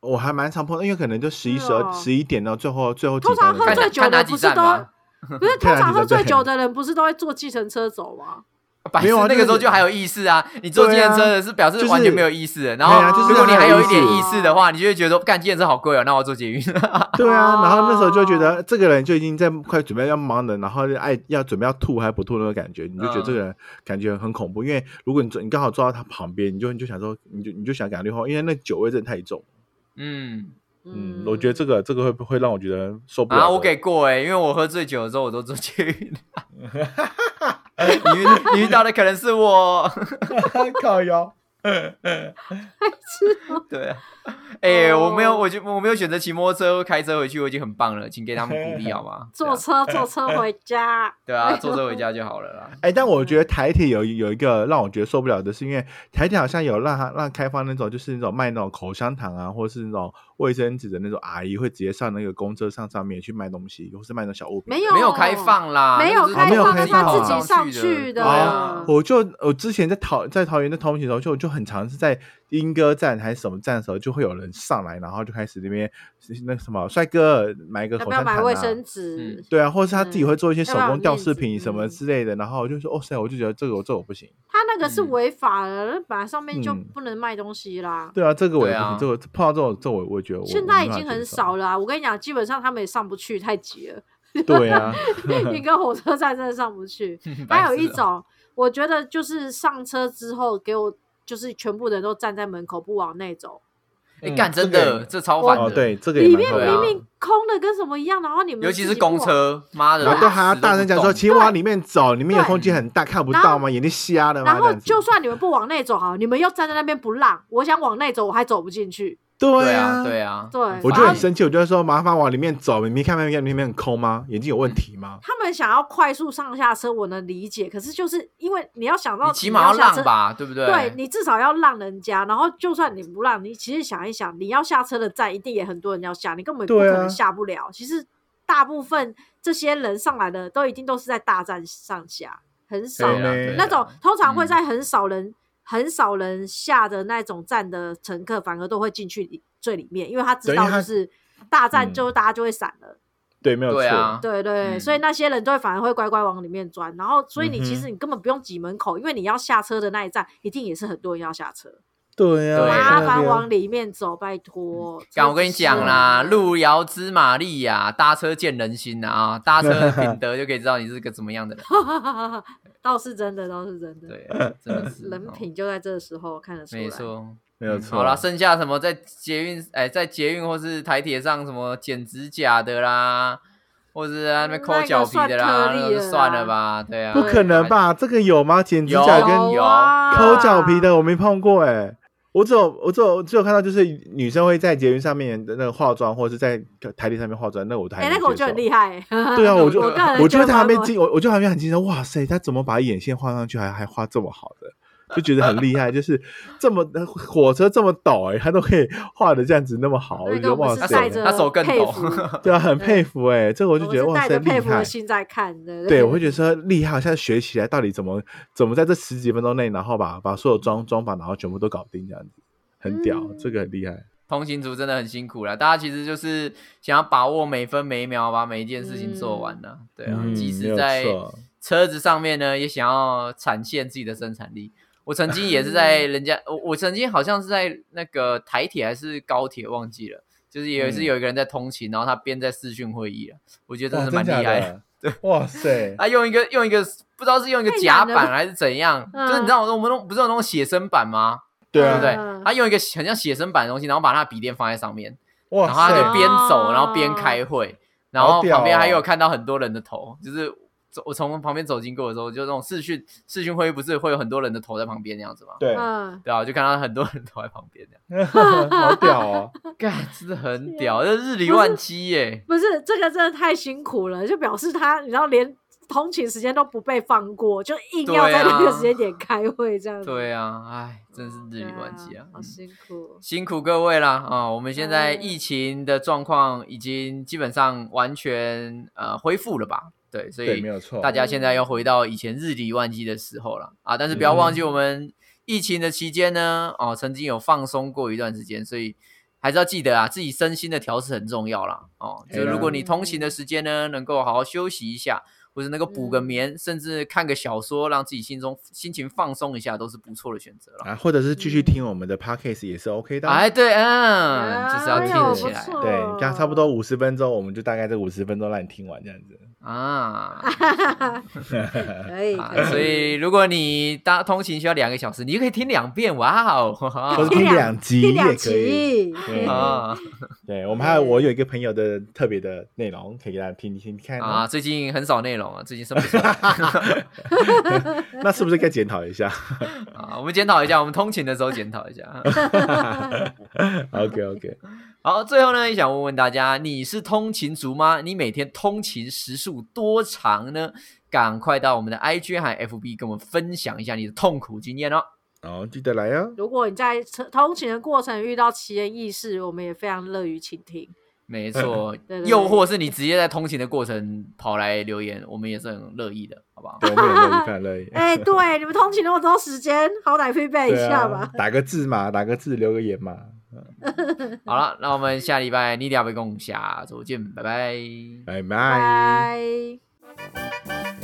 Speaker 1: 我还蛮常碰到，因为可能就十一
Speaker 2: 是
Speaker 1: 十
Speaker 2: 哦
Speaker 1: 二十一点到最后最后几
Speaker 2: 通常
Speaker 1: 班的
Speaker 2: 喝
Speaker 1: 时候
Speaker 2: 醉
Speaker 3: 看看
Speaker 2: 酒的
Speaker 3: 哪
Speaker 2: 人
Speaker 3: 几
Speaker 2: 不是
Speaker 3: 站
Speaker 2: 都
Speaker 3: 吧
Speaker 2: [LAUGHS] 不是通常喝醉
Speaker 1: 对
Speaker 2: 酒的人不是都会坐计程车走吗？
Speaker 3: 表示
Speaker 1: 没有啊
Speaker 3: 那个
Speaker 1: 就是
Speaker 3: 时候就还有意识啊。你坐
Speaker 1: 对
Speaker 3: 电
Speaker 1: 啊
Speaker 3: 车的是表示
Speaker 1: 就是
Speaker 3: 完全没有意识的，然
Speaker 1: 对啊
Speaker 3: 后
Speaker 1: 就是
Speaker 3: 如果你还
Speaker 1: 还
Speaker 3: 有
Speaker 1: 有
Speaker 3: 一点
Speaker 1: 意
Speaker 3: 意
Speaker 2: 识
Speaker 3: 识的话，你就会觉得说干计程车好贵哦，那我坐捷运。 [LAUGHS]
Speaker 1: 对啊，然后那时候就觉
Speaker 2: 哦
Speaker 1: 得这个人就已经在快准备要忙了，然后就爱要准备要吐还不吐那种感觉，你就觉得
Speaker 3: 嗯
Speaker 1: 这个人感觉很恐怖。因为如果你坐你刚好坐到他旁边，你就你就想说，你就你就想给他绿话，因为那酒味真的太重。
Speaker 3: 嗯。
Speaker 1: 嗯，我觉得这个这个会不会让我觉得受不了的？
Speaker 3: 啊，我给过哎、因为我喝醉酒的时候我都做捷运。
Speaker 2: [LAUGHS]
Speaker 3: 你遇你遇到的可能是我， [LAUGHS]
Speaker 1: [LAUGHS] 靠腰。
Speaker 3: 对啊，哎、
Speaker 2: 哦
Speaker 3: 我没有，我就我没有选择骑摩托车或开车回去，我已经很棒了，请给他们鼓励好
Speaker 2: [LAUGHS]
Speaker 3: 吗？啊
Speaker 2: 坐车坐车回家
Speaker 3: 对啊，对啊，坐车回家就好了
Speaker 2: [LAUGHS]
Speaker 3: 啦。
Speaker 1: 哎、但我觉得台铁有有一个让我觉得受不了的是，因为台铁好像有让他让开放那种就是那种卖那种口香糖啊，或者是那种卫生纸的那种阿姨会直接上那个公车上上面去卖东西，或是卖那种小物品。
Speaker 2: 没有
Speaker 3: 没有开，放啦，
Speaker 2: 啊没有
Speaker 3: 那个是自己
Speaker 1: 开放那是他
Speaker 3: 跑
Speaker 1: 自己
Speaker 2: 上去
Speaker 3: 去
Speaker 2: 的
Speaker 3: 对啊，
Speaker 1: 我就我之前在桃在桃园的通勤的时候，就就很常是在莺歌站还是什么站的时候，就会有人上来，然后就开始那边那什么帅哥买个
Speaker 2: 要
Speaker 1: 口
Speaker 2: 不要
Speaker 1: 香糖、
Speaker 2: 买
Speaker 1: 啊，
Speaker 2: 卫生纸？
Speaker 1: 对啊，或者是他自己
Speaker 2: 嗯
Speaker 1: 会做一些
Speaker 2: 要
Speaker 1: 手
Speaker 2: 不要有
Speaker 1: 工吊
Speaker 2: 面
Speaker 1: 饰
Speaker 2: 子
Speaker 1: 品什么
Speaker 2: 嗯
Speaker 1: 之类的，然后我就说哦塞，我就觉得这个我这个我不行。
Speaker 2: 他那个是
Speaker 3: 嗯
Speaker 2: 违法的，本来上面就
Speaker 1: 嗯
Speaker 2: 不能卖东西啦。
Speaker 1: 对啊，这个我也
Speaker 3: 对
Speaker 1: 不
Speaker 3: 啊
Speaker 1: 行，这个碰到这种这我我觉得我
Speaker 2: 现
Speaker 1: 我
Speaker 2: 在
Speaker 1: 没
Speaker 2: 已
Speaker 1: 办法
Speaker 2: 经很
Speaker 1: 接受
Speaker 2: 少了啊！我跟你讲，基本上他们也上不去，太挤了。
Speaker 1: [LAUGHS] 对 [LAUGHS] 啊，
Speaker 2: 你跟火车站真的上不
Speaker 1: [LAUGHS]
Speaker 2: 去。 [LAUGHS] 还有一种，我觉得就是上车之后给我，就是全部人都站在门口不往内走，
Speaker 3: 哎，
Speaker 1: 嗯
Speaker 3: 干真的，这超烦
Speaker 1: 哦
Speaker 3: 的，
Speaker 1: 对，这个也
Speaker 2: 里
Speaker 1: 蛮
Speaker 2: 面
Speaker 1: 讨厌
Speaker 3: 对啊
Speaker 2: 明
Speaker 1: 的
Speaker 2: 明空的跟什么一样，然后你们
Speaker 3: 尤其
Speaker 2: 自
Speaker 3: 是
Speaker 2: 己不
Speaker 3: 公车，妈的，
Speaker 1: 然后啊
Speaker 2: 啊
Speaker 1: 都还要大声讲说，
Speaker 3: 死
Speaker 1: 请往里面走，里面有
Speaker 2: 对
Speaker 1: 空间很大，看不
Speaker 2: 然后
Speaker 1: 到吗？眼睛瞎了
Speaker 2: 往。
Speaker 1: 吗？
Speaker 2: 然
Speaker 1: 这
Speaker 2: 后
Speaker 1: 样子
Speaker 2: 就算你们不往内走好，你们又站在那边不让，我想往内走，我还走不进去。
Speaker 3: 都不动
Speaker 1: 对
Speaker 3: 对啊，
Speaker 1: 啊，
Speaker 3: 对啊，
Speaker 2: 对
Speaker 1: 我就
Speaker 3: 烦
Speaker 1: 很生气，我就会说麻烦往里面走，你没看没看里面很空吗？眼睛有问题吗？
Speaker 2: 他们想要快速上下车，我能理解，可是就是因为你要想到
Speaker 3: 你起码要
Speaker 2: 下
Speaker 3: 让
Speaker 2: 车，
Speaker 3: 吧，对不对？
Speaker 2: 对你至少要让人家，然后就算你不让，你其实想一想，你要下车的站一定也很多人要下，你根本不可
Speaker 1: 对啊
Speaker 2: 能下不了。其实大部分这些人上来的都一定都是在大站上下，很少
Speaker 1: 对啊对啊
Speaker 2: 那种通常会
Speaker 3: 嗯
Speaker 2: 在很少人、很少人下的那种站的乘客，反而都会进去里最里面，因为他知
Speaker 1: 对
Speaker 2: 道
Speaker 1: 因为
Speaker 2: 就
Speaker 1: 他
Speaker 2: 是大站就、
Speaker 1: 嗯
Speaker 2: 大家就会散了。
Speaker 1: 对，没有
Speaker 3: 对
Speaker 1: 错
Speaker 3: 啊，，
Speaker 2: 对对，
Speaker 3: 嗯
Speaker 2: 所以那些人都会反而会乖乖往里面钻，然后所以你其实
Speaker 1: 嗯
Speaker 2: 你根本不用挤门口，因为你要下车的那一站一定也是很多人要下车，
Speaker 1: 对啊，
Speaker 3: 对
Speaker 2: 麻
Speaker 1: 在那
Speaker 2: 烦
Speaker 1: 边
Speaker 2: 往里面走，拜托。
Speaker 3: 敢我跟你讲啦，
Speaker 1: 啊
Speaker 2: 真的是
Speaker 3: 路遥知马力呀、搭车见人心啊，搭车品德就可以知道你是个怎么样的人。
Speaker 2: [LAUGHS] 倒是真的，倒是真的，
Speaker 3: 对，啊真的是
Speaker 2: 人品就在这时候看得
Speaker 3: 哦
Speaker 2: 出来。
Speaker 3: 没错。嗯
Speaker 1: 没有错。
Speaker 3: 好啦，剩下什么在捷运哎，在捷运或是台铁上什么剪指甲的啦，或者是在那边抠脚皮的啦，那
Speaker 2: 那个算特例了啦
Speaker 3: 种就算了吧，对啊，
Speaker 1: 不可能吧？这个有吗？剪指
Speaker 3: 有？
Speaker 1: 甲跟
Speaker 2: 有啊
Speaker 1: 抠脚皮的我没碰过哎。我只有我只有只有看到，就是女生会在捷运上面的那个化妆，或者是在台历上面化妆，那我都还
Speaker 2: 哎、
Speaker 1: 能
Speaker 2: 那个我
Speaker 1: 接
Speaker 2: 就很
Speaker 1: 受
Speaker 2: 厉害、
Speaker 1: 对啊，我就
Speaker 2: [LAUGHS] 我个人
Speaker 1: 我就
Speaker 2: 觉
Speaker 1: 在
Speaker 2: 得
Speaker 1: 旁边
Speaker 2: 蛮
Speaker 1: 惊，我我就旁边很惊讶，哇塞，他怎么把眼线画上去还，还画这么好的，就觉得很厉害，就是这么呃火车这么陡哎、他都可以画的这样子那么好，我
Speaker 2: 那
Speaker 1: 就觉
Speaker 2: 个
Speaker 1: 得
Speaker 2: 我
Speaker 1: 哇
Speaker 2: 们是带
Speaker 1: 塞，
Speaker 2: 着
Speaker 3: 那手更
Speaker 2: 佩
Speaker 3: 抖
Speaker 2: 服，
Speaker 1: 对啊，很佩服哎、这个 [LAUGHS] 我就觉得
Speaker 2: 我们
Speaker 1: 哇
Speaker 2: 是带
Speaker 1: 塞
Speaker 2: 着
Speaker 1: 厉
Speaker 2: 佩服
Speaker 1: 害
Speaker 2: 的。心在看的。
Speaker 1: 对，我会觉得说厉害，好像学起来到底怎么怎么在这十几分钟内，然后把把所有装装法，然后全部都搞定这样子，很屌，
Speaker 2: 嗯
Speaker 1: 这个很厉害。
Speaker 3: 通勤族真的很辛苦了，大家其实就是想要把握每分每秒，把每一件事情做完呢、对啊，
Speaker 1: 嗯
Speaker 3: 即
Speaker 1: 没
Speaker 3: 使
Speaker 1: 有
Speaker 3: 在
Speaker 1: 错
Speaker 3: 车子上面呢，也想要展现自己的生产力。我曾经也是在人家，我我曾经好像是在那个台铁还是高铁忘记了，就是有一次
Speaker 1: 嗯
Speaker 3: 有一个人在通勤，然后他边在视讯会议了，我觉得真
Speaker 1: 哇
Speaker 3: 的是蛮
Speaker 1: 啊假
Speaker 3: 厉害的。 [LAUGHS]
Speaker 1: 的，哇塞，
Speaker 3: 啊，用一个用一个不知道是用一个
Speaker 2: 太
Speaker 3: 夹
Speaker 2: 难了
Speaker 3: 板还是怎样，
Speaker 2: 嗯
Speaker 3: 就是你知道我们那种不是有那种写生板吗？
Speaker 1: 对
Speaker 3: 对
Speaker 1: 啊
Speaker 3: 不，对
Speaker 2: 嗯？
Speaker 3: 他用一个很像写生板的东西，然后把他的笔电放在上面，
Speaker 1: 哇
Speaker 3: 然后他
Speaker 1: 塞
Speaker 3: 就边走
Speaker 2: 哦
Speaker 3: 然后边开会，然后
Speaker 1: 好屌哦
Speaker 3: 旁边还有看到很多人的头，就是走我从旁边走经过的时候，就那种视讯视讯会议不是会有很多人的头在旁边那样子吗？
Speaker 1: 对，
Speaker 2: 嗯，
Speaker 3: 对啊，我就看到很多人头在旁边这样，啊
Speaker 1: 嗯 [LAUGHS] 好屌哦！
Speaker 3: [LAUGHS] 干真的很
Speaker 2: 天啊
Speaker 3: 屌，这日理
Speaker 2: 不是
Speaker 3: 万机
Speaker 2: [LAUGHS]
Speaker 3: 耶。
Speaker 2: 不是这个真的太辛苦了，就表示他，你知道连通勤时间都不被放过，就硬要在那
Speaker 3: 对啊
Speaker 2: 个时间点开会这样子。
Speaker 3: 对
Speaker 2: 啊，
Speaker 3: 啊，哎，真是日理万机啊！
Speaker 2: 好
Speaker 3: 嗯
Speaker 2: 辛苦。
Speaker 3: 辛苦各位啦啊、我们现在
Speaker 2: 嗯
Speaker 3: 疫情的状况已经基本上完全呃恢复了吧？对，所
Speaker 1: 对，
Speaker 3: 以
Speaker 1: 没有错。
Speaker 3: 大家现在要回到以前日理万机的时候了啊！但是不要忘记，我们疫情的期间呢，哦、曾经有放松过一段时间，所以还是要记得啊，自己身心的调试很重要啦。哦、
Speaker 1: 对
Speaker 3: 就
Speaker 1: 啊
Speaker 3: 如果你通勤的时间呢，能够好好休息一下，或者能够补个
Speaker 2: 嗯
Speaker 3: 眠，甚至看个小说，让自己心中心情放松一下，都是不错的选择了。
Speaker 1: 啊，或者是继续听我们的 podcast 也是 OK 的。
Speaker 3: 嗯
Speaker 1: 啊
Speaker 3: 哎，对，嗯，就
Speaker 2: 哎
Speaker 3: 是要听起
Speaker 2: 哎
Speaker 3: 来
Speaker 2: 呦不错
Speaker 1: 对，这样差不多五十分钟，我们就大概这五十分钟让你听完这样子。
Speaker 2: [LAUGHS]
Speaker 3: 啊。
Speaker 1: 哎
Speaker 2: 可以，可
Speaker 3: 啊，所以如果你搭通勤需要两个小时，你就可以听两遍，哇
Speaker 1: 或者
Speaker 3: 哦！
Speaker 1: 听
Speaker 2: 两
Speaker 1: 两集
Speaker 2: 第
Speaker 1: 也
Speaker 2: 两
Speaker 1: 可以。
Speaker 2: 集，
Speaker 1: 对
Speaker 3: 啊
Speaker 1: 对，我们还有我有一个朋友的特别的内容可以给大家听听看哦
Speaker 2: [LAUGHS]
Speaker 3: 啊，最近很少内容啊，最近生不 [LAUGHS] 啊出来
Speaker 2: [LAUGHS]
Speaker 1: 那是不是该检讨一下
Speaker 3: 啊。我们检讨一下，我们通勤的时候检讨一下。 [LAUGHS]
Speaker 1: ？OK
Speaker 2: [LAUGHS]
Speaker 1: OK，
Speaker 3: 好，最后呢，也想问问大家，你是通勤族吗？你每天通勤时数多长呢？赶快到我们的 IG 和 FB 跟我们分享一下你的痛苦经验哦。
Speaker 1: 哦，记得来哦。
Speaker 2: [LAUGHS] 如果你在车通勤的过程遇到奇人异事，我们也非常乐于倾听。
Speaker 3: 没错
Speaker 2: [LAUGHS] 对对，对
Speaker 3: 又或是你直接在通勤的过程跑来留言，我们也是很乐意的，好不好？
Speaker 1: 对，我们也乐意看乐
Speaker 2: [LAUGHS]
Speaker 1: 意。
Speaker 2: 哎、对，你们通勤那么多时间，好歹配备一
Speaker 1: 对
Speaker 2: 下
Speaker 1: 啊
Speaker 2: 吧。，
Speaker 1: 打个字嘛，打个字，留个言嘛。
Speaker 3: 好了，那我们下礼拜
Speaker 1: 哎
Speaker 3: 你俩被共下周见，拜拜。
Speaker 1: 拜
Speaker 2: 拜、
Speaker 1: 拜。
Speaker 2: 拜。